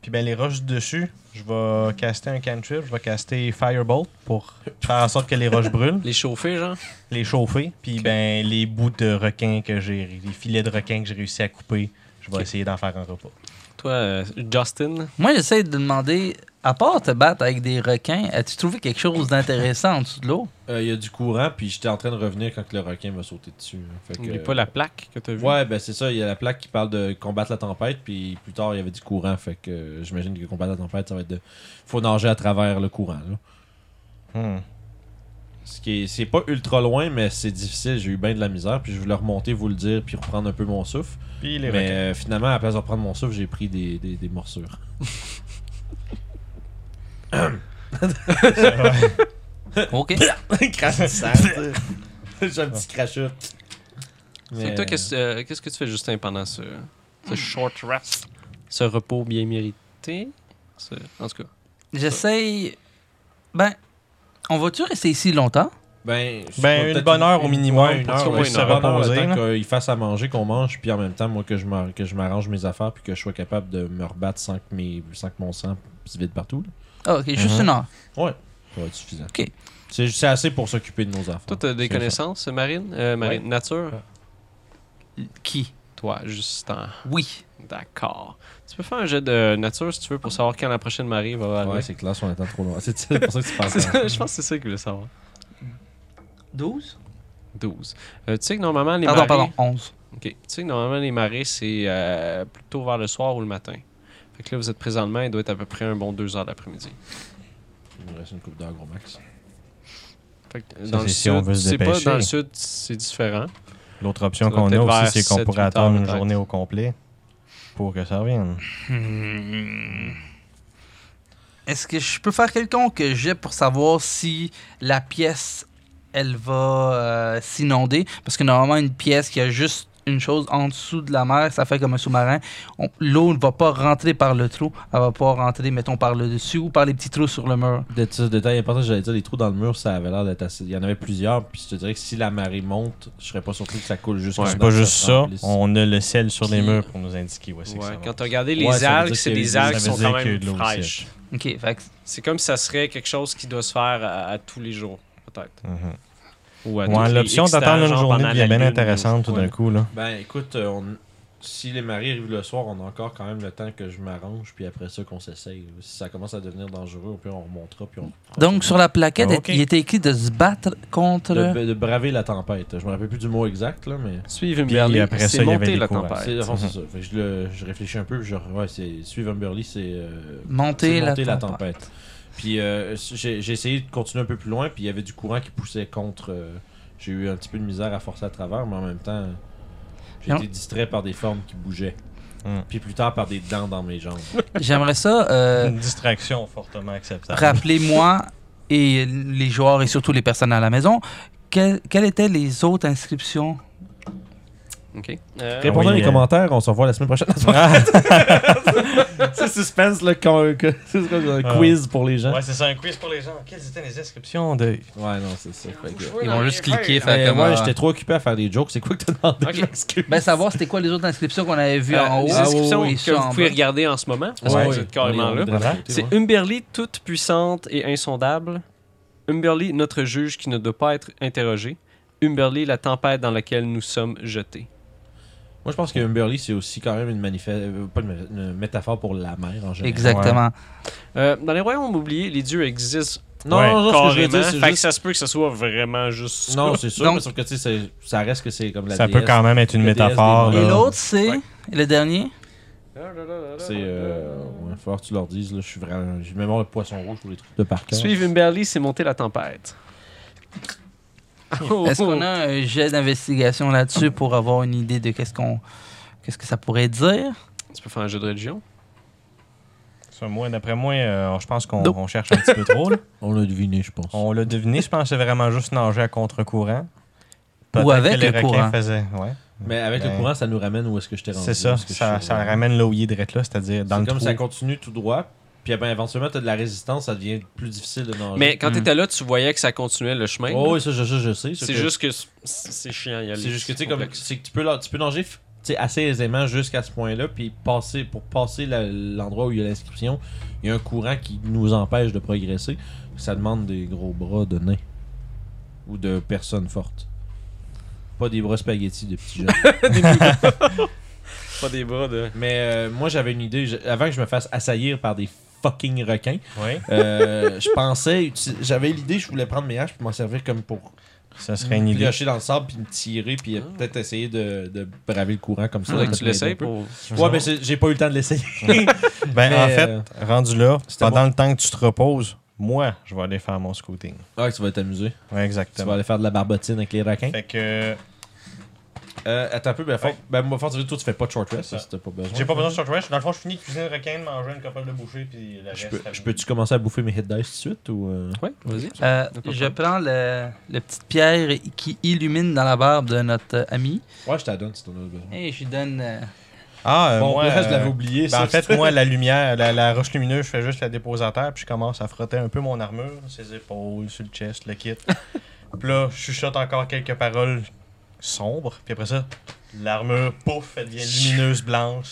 Puis ben les roches du dessus, je vais caster un cantrip, je vais caster Firebolt pour faire en sorte que les roches brûlent, Les chauffer, genre. les chauffer, puis ben les bouts de requin que j'ai, les filets de requin que j'ai réussi à couper, je vais essayer d'en faire un repas. Toi, euh, Justin. Moi, j'essaie de demander, à part te battre avec des requins, as-tu trouvé quelque chose d'intéressant en dessous de l'eau? Euh, Il y a du courant, puis j'étais en train de revenir quand le requin m'a sauté dessus. hein. Fait que- N'oublie pas la plaque que t'as vue. Ouais, ben c'est ça, il y a la plaque qui parle de combattre la tempête, puis plus tard il y avait du courant, fait que euh, j'imagine que combattre la tempête, ça va être de. Faut nager à travers le courant, là. Hmm. Ce qui est. C'est pas ultra loin, mais c'est difficile, j'ai eu bien de la misère, puis je voulais remonter, vous le dire, puis reprendre un peu mon souffle. Puis les Mais requins. euh, finalement, à la place de reprendre mon souffle, j'ai pris des, des, des morsures. Ok. Crash de sang, tu sais. J'ai un petit crachat. C'est Mais- toi, qu'est-ce euh, qu'est-ce que tu fais, Justin, pendant ce, ce short rest Ce repos bien mérité Ce- En tout cas. J'essaie. Ben, on va-tu rester ici longtemps? Ben, Ben, c'est une peut-être bonne heure au minimum Ouais, une pour heure, qu'on ouais, puisse une heure, se une heure, reposer, le temps là. qu'il fasse à manger, qu'on mange, puis en même temps, moi, que je m'ar- que je m'arrange mes affaires, puis que je sois capable de me rebattre sans que, mes, sans que mon sang se vide partout. là. Ah, ok, juste Mhm. une heure. Ça va être suffisant. Ok. C'est c'est assez pour s'occuper de nos affaires. Toi, t'as des C'est connaissances, Marine Euh, Marine, nature Qui? Toi, Justin. Oui. D'accord. Tu peux faire un jet de nature si tu veux pour savoir quand la prochaine marée va ça. arriver. Ouais, <laughs> c'est classe, on attend trop loin. <laughs> C'est c'est pour ça que tu <laughs> parles. C'est ça, je pense que c'est ça qu'il voulait savoir. 12? 12. Euh, tu sais que normalement, les pardon, marées... pardon, 11. OK. Tu sais que normalement, les marées, c'est euh, plutôt vers le soir ou le matin. Fait que là, vous êtes présentement, il doit être à peu près un bon 2 heures l'après-midi. Il nous reste une coupe d'heure, gros max. Fait que euh, Ça, dans le c'est si sud, on veut se c'est pas dépêcher. dans le sud, c'est différent. L'autre option Ça doit qu'on être a vers aussi, c'est qu'on sept, pourrait huit heures, attendre une peut-être. journée au complet pour que ça revienne. Hmm. Est-ce que je peux faire quelconque jet pour savoir si la pièce, elle va euh, s'inonder? Parce que normalement, une pièce qui a juste une chose en dessous de la mer, ça fait comme un sous-marin. On- L'eau ne va pas rentrer par le trou, elle va pas rentrer, mettons, par le dessus ou par les petits trous sur le mur. De- ça, Détail important, j'allais dire, les trous dans le mur, ça avait l'air d'être assez. Il y en avait plusieurs, puis je te dirais que si la marée monte, je serais pas surpris que ça coule jusqu'en c'est ben, dedans, pas juste se ça, remplisse. on a le sel sur les Puis- murs pour nous indiquer où c'est que ça Ouais, va. quand tu regardé les Ouais, ça veut algues, dire c'est qu'il y a- des ça algues veut qui sont dire quand qu'il y a même eu de l'eau aussi. fraîches. Ok, fait que C'est comme si ça serait quelque chose qui doit se faire à, à tous les jours, peut-être. Mhm. Ou à ben, tous Ouais, les l'option X temps, d'attendre une genre journée pendant devient la bien lune, intéressante tout d'un ouais. coup. Là. Ben écoute, euh, on- si les maris arrivent le soir, on a encore quand même le temps que je m'arrange, puis après ça qu'on s'essaye. Si ça commence à devenir dangereux, au pire on remontera, puis on. Donc, sur la plaquette, Ah, ok. il était écrit de se battre contre. De, de braver la tempête. Je me rappelle plus du mot exact, là, mais. Suivez une Puis berline, après ça, c'est il y avait monter des la courants. tempête. C'est, enfin, c'est ça. Fait que je, le- je réfléchis un peu, puis je, ouais, c'est, suivre Umberly, c'est. euh, Monter c'est la monter la tempête. tempête. Puis euh, j'ai, j'ai essayé de continuer un peu plus loin, puis il y avait du courant qui poussait contre. euh, j'ai eu un petit peu de misère à forcer à travers, mais en même temps, j'ai Non. été distrait par des formes qui bougeaient. Hmm. Puis plus tard, par des dents dans mes jambes. J'aimerais ça. <laughs> euh, Une distraction fortement acceptable. Rappelez-moi, et les joueurs et surtout les personnes à la maison, que- quelles étaient les autres inscriptions OK. Euh, Répondez dans oui, les euh, commentaires, on se revoit la semaine <laughs> prochaine. Ah. c'est suspense, le <laughs> quiz pour les gens. Ouais, c'est ça, un quiz pour les gens. Quelles étaient les inscriptions de. Ouais, non, c'est ça. fait que- Ils vont juste cliquer, faire Eh, Ouais, comme. moi, euh, j'étais trop occupé à faire des jokes. C'est quoi que t'as <laughs> demandé? Ok. Je m'excuse. Ben, savoir c'était quoi les autres inscriptions qu'on avait vues euh, en haut. les Ah, inscriptions oui, oui, que ça, en vous pouvez bas. regarder en ce moment, parce que <laughs> Ouais, vous oui. êtes carrément On est- là. on est drafté, C'est ouais. Umberly, toute puissante et insondable. Umberly, notre juge qui ne doit pas être interrogé. Umberly, la tempête dans laquelle nous sommes jetés. Moi, je pense que Humberly, c'est aussi quand même une, manif- euh, pas une, manif- une métaphore pour la mer en général. Exactement. Euh, dans les royaumes oubliés, les dieux existent. Non, Ouais, non, non, ce que je veux carrément. dire, c'est Fait que juste- ça se peut que ce soit vraiment juste ça. <laughs> Non, c'est sûr, Donc- mais sauf que tu sais, c'est- ça reste que c'est comme la Ça déesse. peut quand même être une la déesse métaphore. des Et Alors- là. l'autre, c'est. Ouais. Le dernier C'est. Euh, ouais, faut que tu leur dises, là, je suis vraiment. J'ai même le poisson rouge pour les trucs de par cœur. Suivre Umberly, c'est monter la tempête. Oh, Est-ce qu'on a un jet d'investigation là-dessus pour avoir une idée de qu'est-ce qu'on. Qu'est-ce que ça pourrait dire? Tu peux faire un jeu de religion. Ça, moi, D'après moi, euh, je pense qu'on Non. on cherche un petit peu trop. <laughs> là. On l'a deviné, je pense. On l'a deviné, je pense que c'est vraiment juste nager à contre-courant. Ou Peut-être avec que les le requins courant. faisaient, ouais. Mais avec Ben- le courant, ça nous ramène où est-ce que je t'ai rendu. C'est ça, parce que ça, je- ça ramène là où il est direct là, c'est-à-dire dans C'est le comme trou. ça continue tout droit, puis eh ben, éventuellement, t'as de la résistance, ça devient plus difficile de nager. Mais quand Hmm. t'étais là, tu voyais que ça continuait le chemin. Oh, oui, ça, je, je- je sais. c'est que- juste que c- c'est chiant. il y a C'est les- juste que tu sais, comme. complexe. C'est que tu peux, la- tu peux nager f- tu sais, assez aisément jusqu'à ce point-là, puis passer, pour passer la- l'endroit où il y a l'inscription, il y a un courant qui nous empêche de progresser. Ça demande des gros bras de nains. Ou de personnes fortes. Pas des bras spaghettis <laughs> de petits gens. Pas des bras de. Mais euh, moi, j'avais une idée. Je- avant que je me fasse assaillir par des fucking requins, Oui. euh, je pensais. uti- J'avais l'idée, je voulais prendre mes haches pour m'en servir comme pour Ça serait une idée. piocher dans le sable, puis me tirer, puis euh, peut-être essayer de, de braver le courant comme ça. Ah. Faudrait Ça que tu m'aide l'essayes un peu. pour. Ouais, mais c'est- j'ai pas eu le temps de l'essayer. Ben, Mais, en fait, euh, rendu là, c'était pendant bon. le temps que tu te reposes, moi, je vais aller faire mon scouting. <laughs> Ouais, tu vas t'amuser. Ouais, Tu vas exactement. aller faire de la barbotine avec les requins. Fait que Euh, attends un peu, ben, fort, Ouais. ben, moi, fort, tu dis, toi, tu fais pas de short rest, C'est ça, ça. si t'as pas besoin. j'ai pas besoin de short rest. Dans le fond, je finis de cuisiner le requin, de manger une couple de bouchées, puis la Je reste. peux- à Je vous. peux-tu commencer à bouffer mes hit dice tout de suite ou. euh? Ouais, vas-y. Euh, pas de je prends le, le petite pierre qui illumine dans la barbe de notre euh, ami Ouais, je t'adonne si t'en as besoin. et je lui donne. euh, Ah, euh, bon, moi, le reste, je euh, l'avais oublié. ben, ça, en <laughs> fait, moi, la lumière, la, la roche lumineuse, je fais juste la déposer à terre, puis je commence à frotter un peu mon armure, ses épaules, sur le chest, <laughs> le kit. puis là, je chuchote encore quelques paroles sombres, puis après ça, l'armure, pouf, elle devient lumineuse, blanche,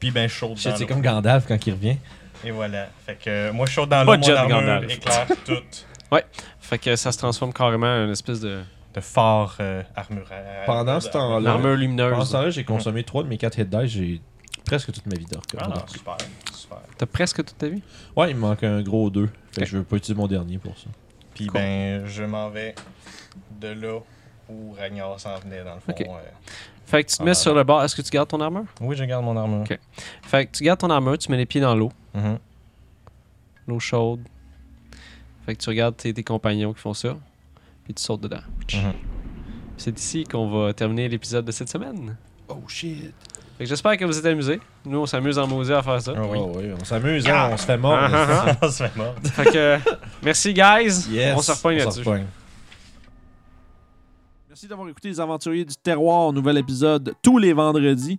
puis ben chaude Shit, dans c'est l'eau. comme Gandalf quand il revient. Et voilà. Fait que euh, moi, je saute dans Pas de l'eau, mon jet de armure Gandalf. <laughs> éclaire toute Fait que ça se transforme carrément en une espèce de. de fort euh, armuraire. Pendant ce temps-là- L'armure Pendant ce lumineuse. temps-là, j'ai consommé 3 de mes 4 hit dice, j'ai presque toute ma vie d'orque. Ah, super, super. T'as presque toute ta vie. Ouais, il me manque un gros 2. Ok. Fait que je veux pas utiliser mon dernier pour ça. Puis Cool. ben, je m'en vais de là où Ragnar s'en venait, dans le fond. Ok. euh. Fait que tu te mets Ah. sur le bord. Est-ce que tu gardes ton armure? Oui, je garde mon armure. Ok. Fait que tu gardes ton armure, tu mets les pieds dans l'eau. Mhm. L'eau chaude. Fait que tu regardes tes, tes compagnons qui font ça. Puis tu sautes dedans. Mm-hmm. Mhm. C'est ici qu'on va terminer l'épisode de cette semaine. Oh shit. Fait que j'espère que vous êtes amusés. Nous, on s'amuse en maudit à faire ça. Ah oui. Oh, oui, on s'amuse, hein, on se fait mort. mais- <laughs> On se fait mort. Fait que, merci, guys. Yes, on se repogne se là-dessus. repogne. Merci d'avoir écouté Les Aventuriers du Terroir, nouvel épisode tous les vendredis.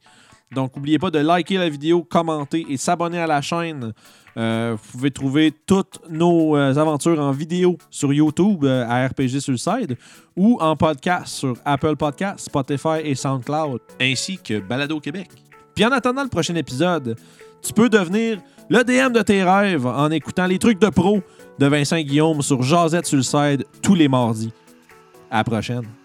Donc, n'oubliez pas de liker la vidéo, commenter et s'abonner à la chaîne. Euh, vous pouvez trouver toutes nos euh, aventures en vidéo sur YouTube euh, à RPG Suicide ou en podcast sur Apple Podcasts, Spotify et SoundCloud, ainsi que Balado Québec. Puis en attendant le prochain épisode, tu peux devenir le DM de tes rêves en écoutant les trucs de pro de Vincent Guillaume sur Jazette Suicide tous les mardis. À la prochaine.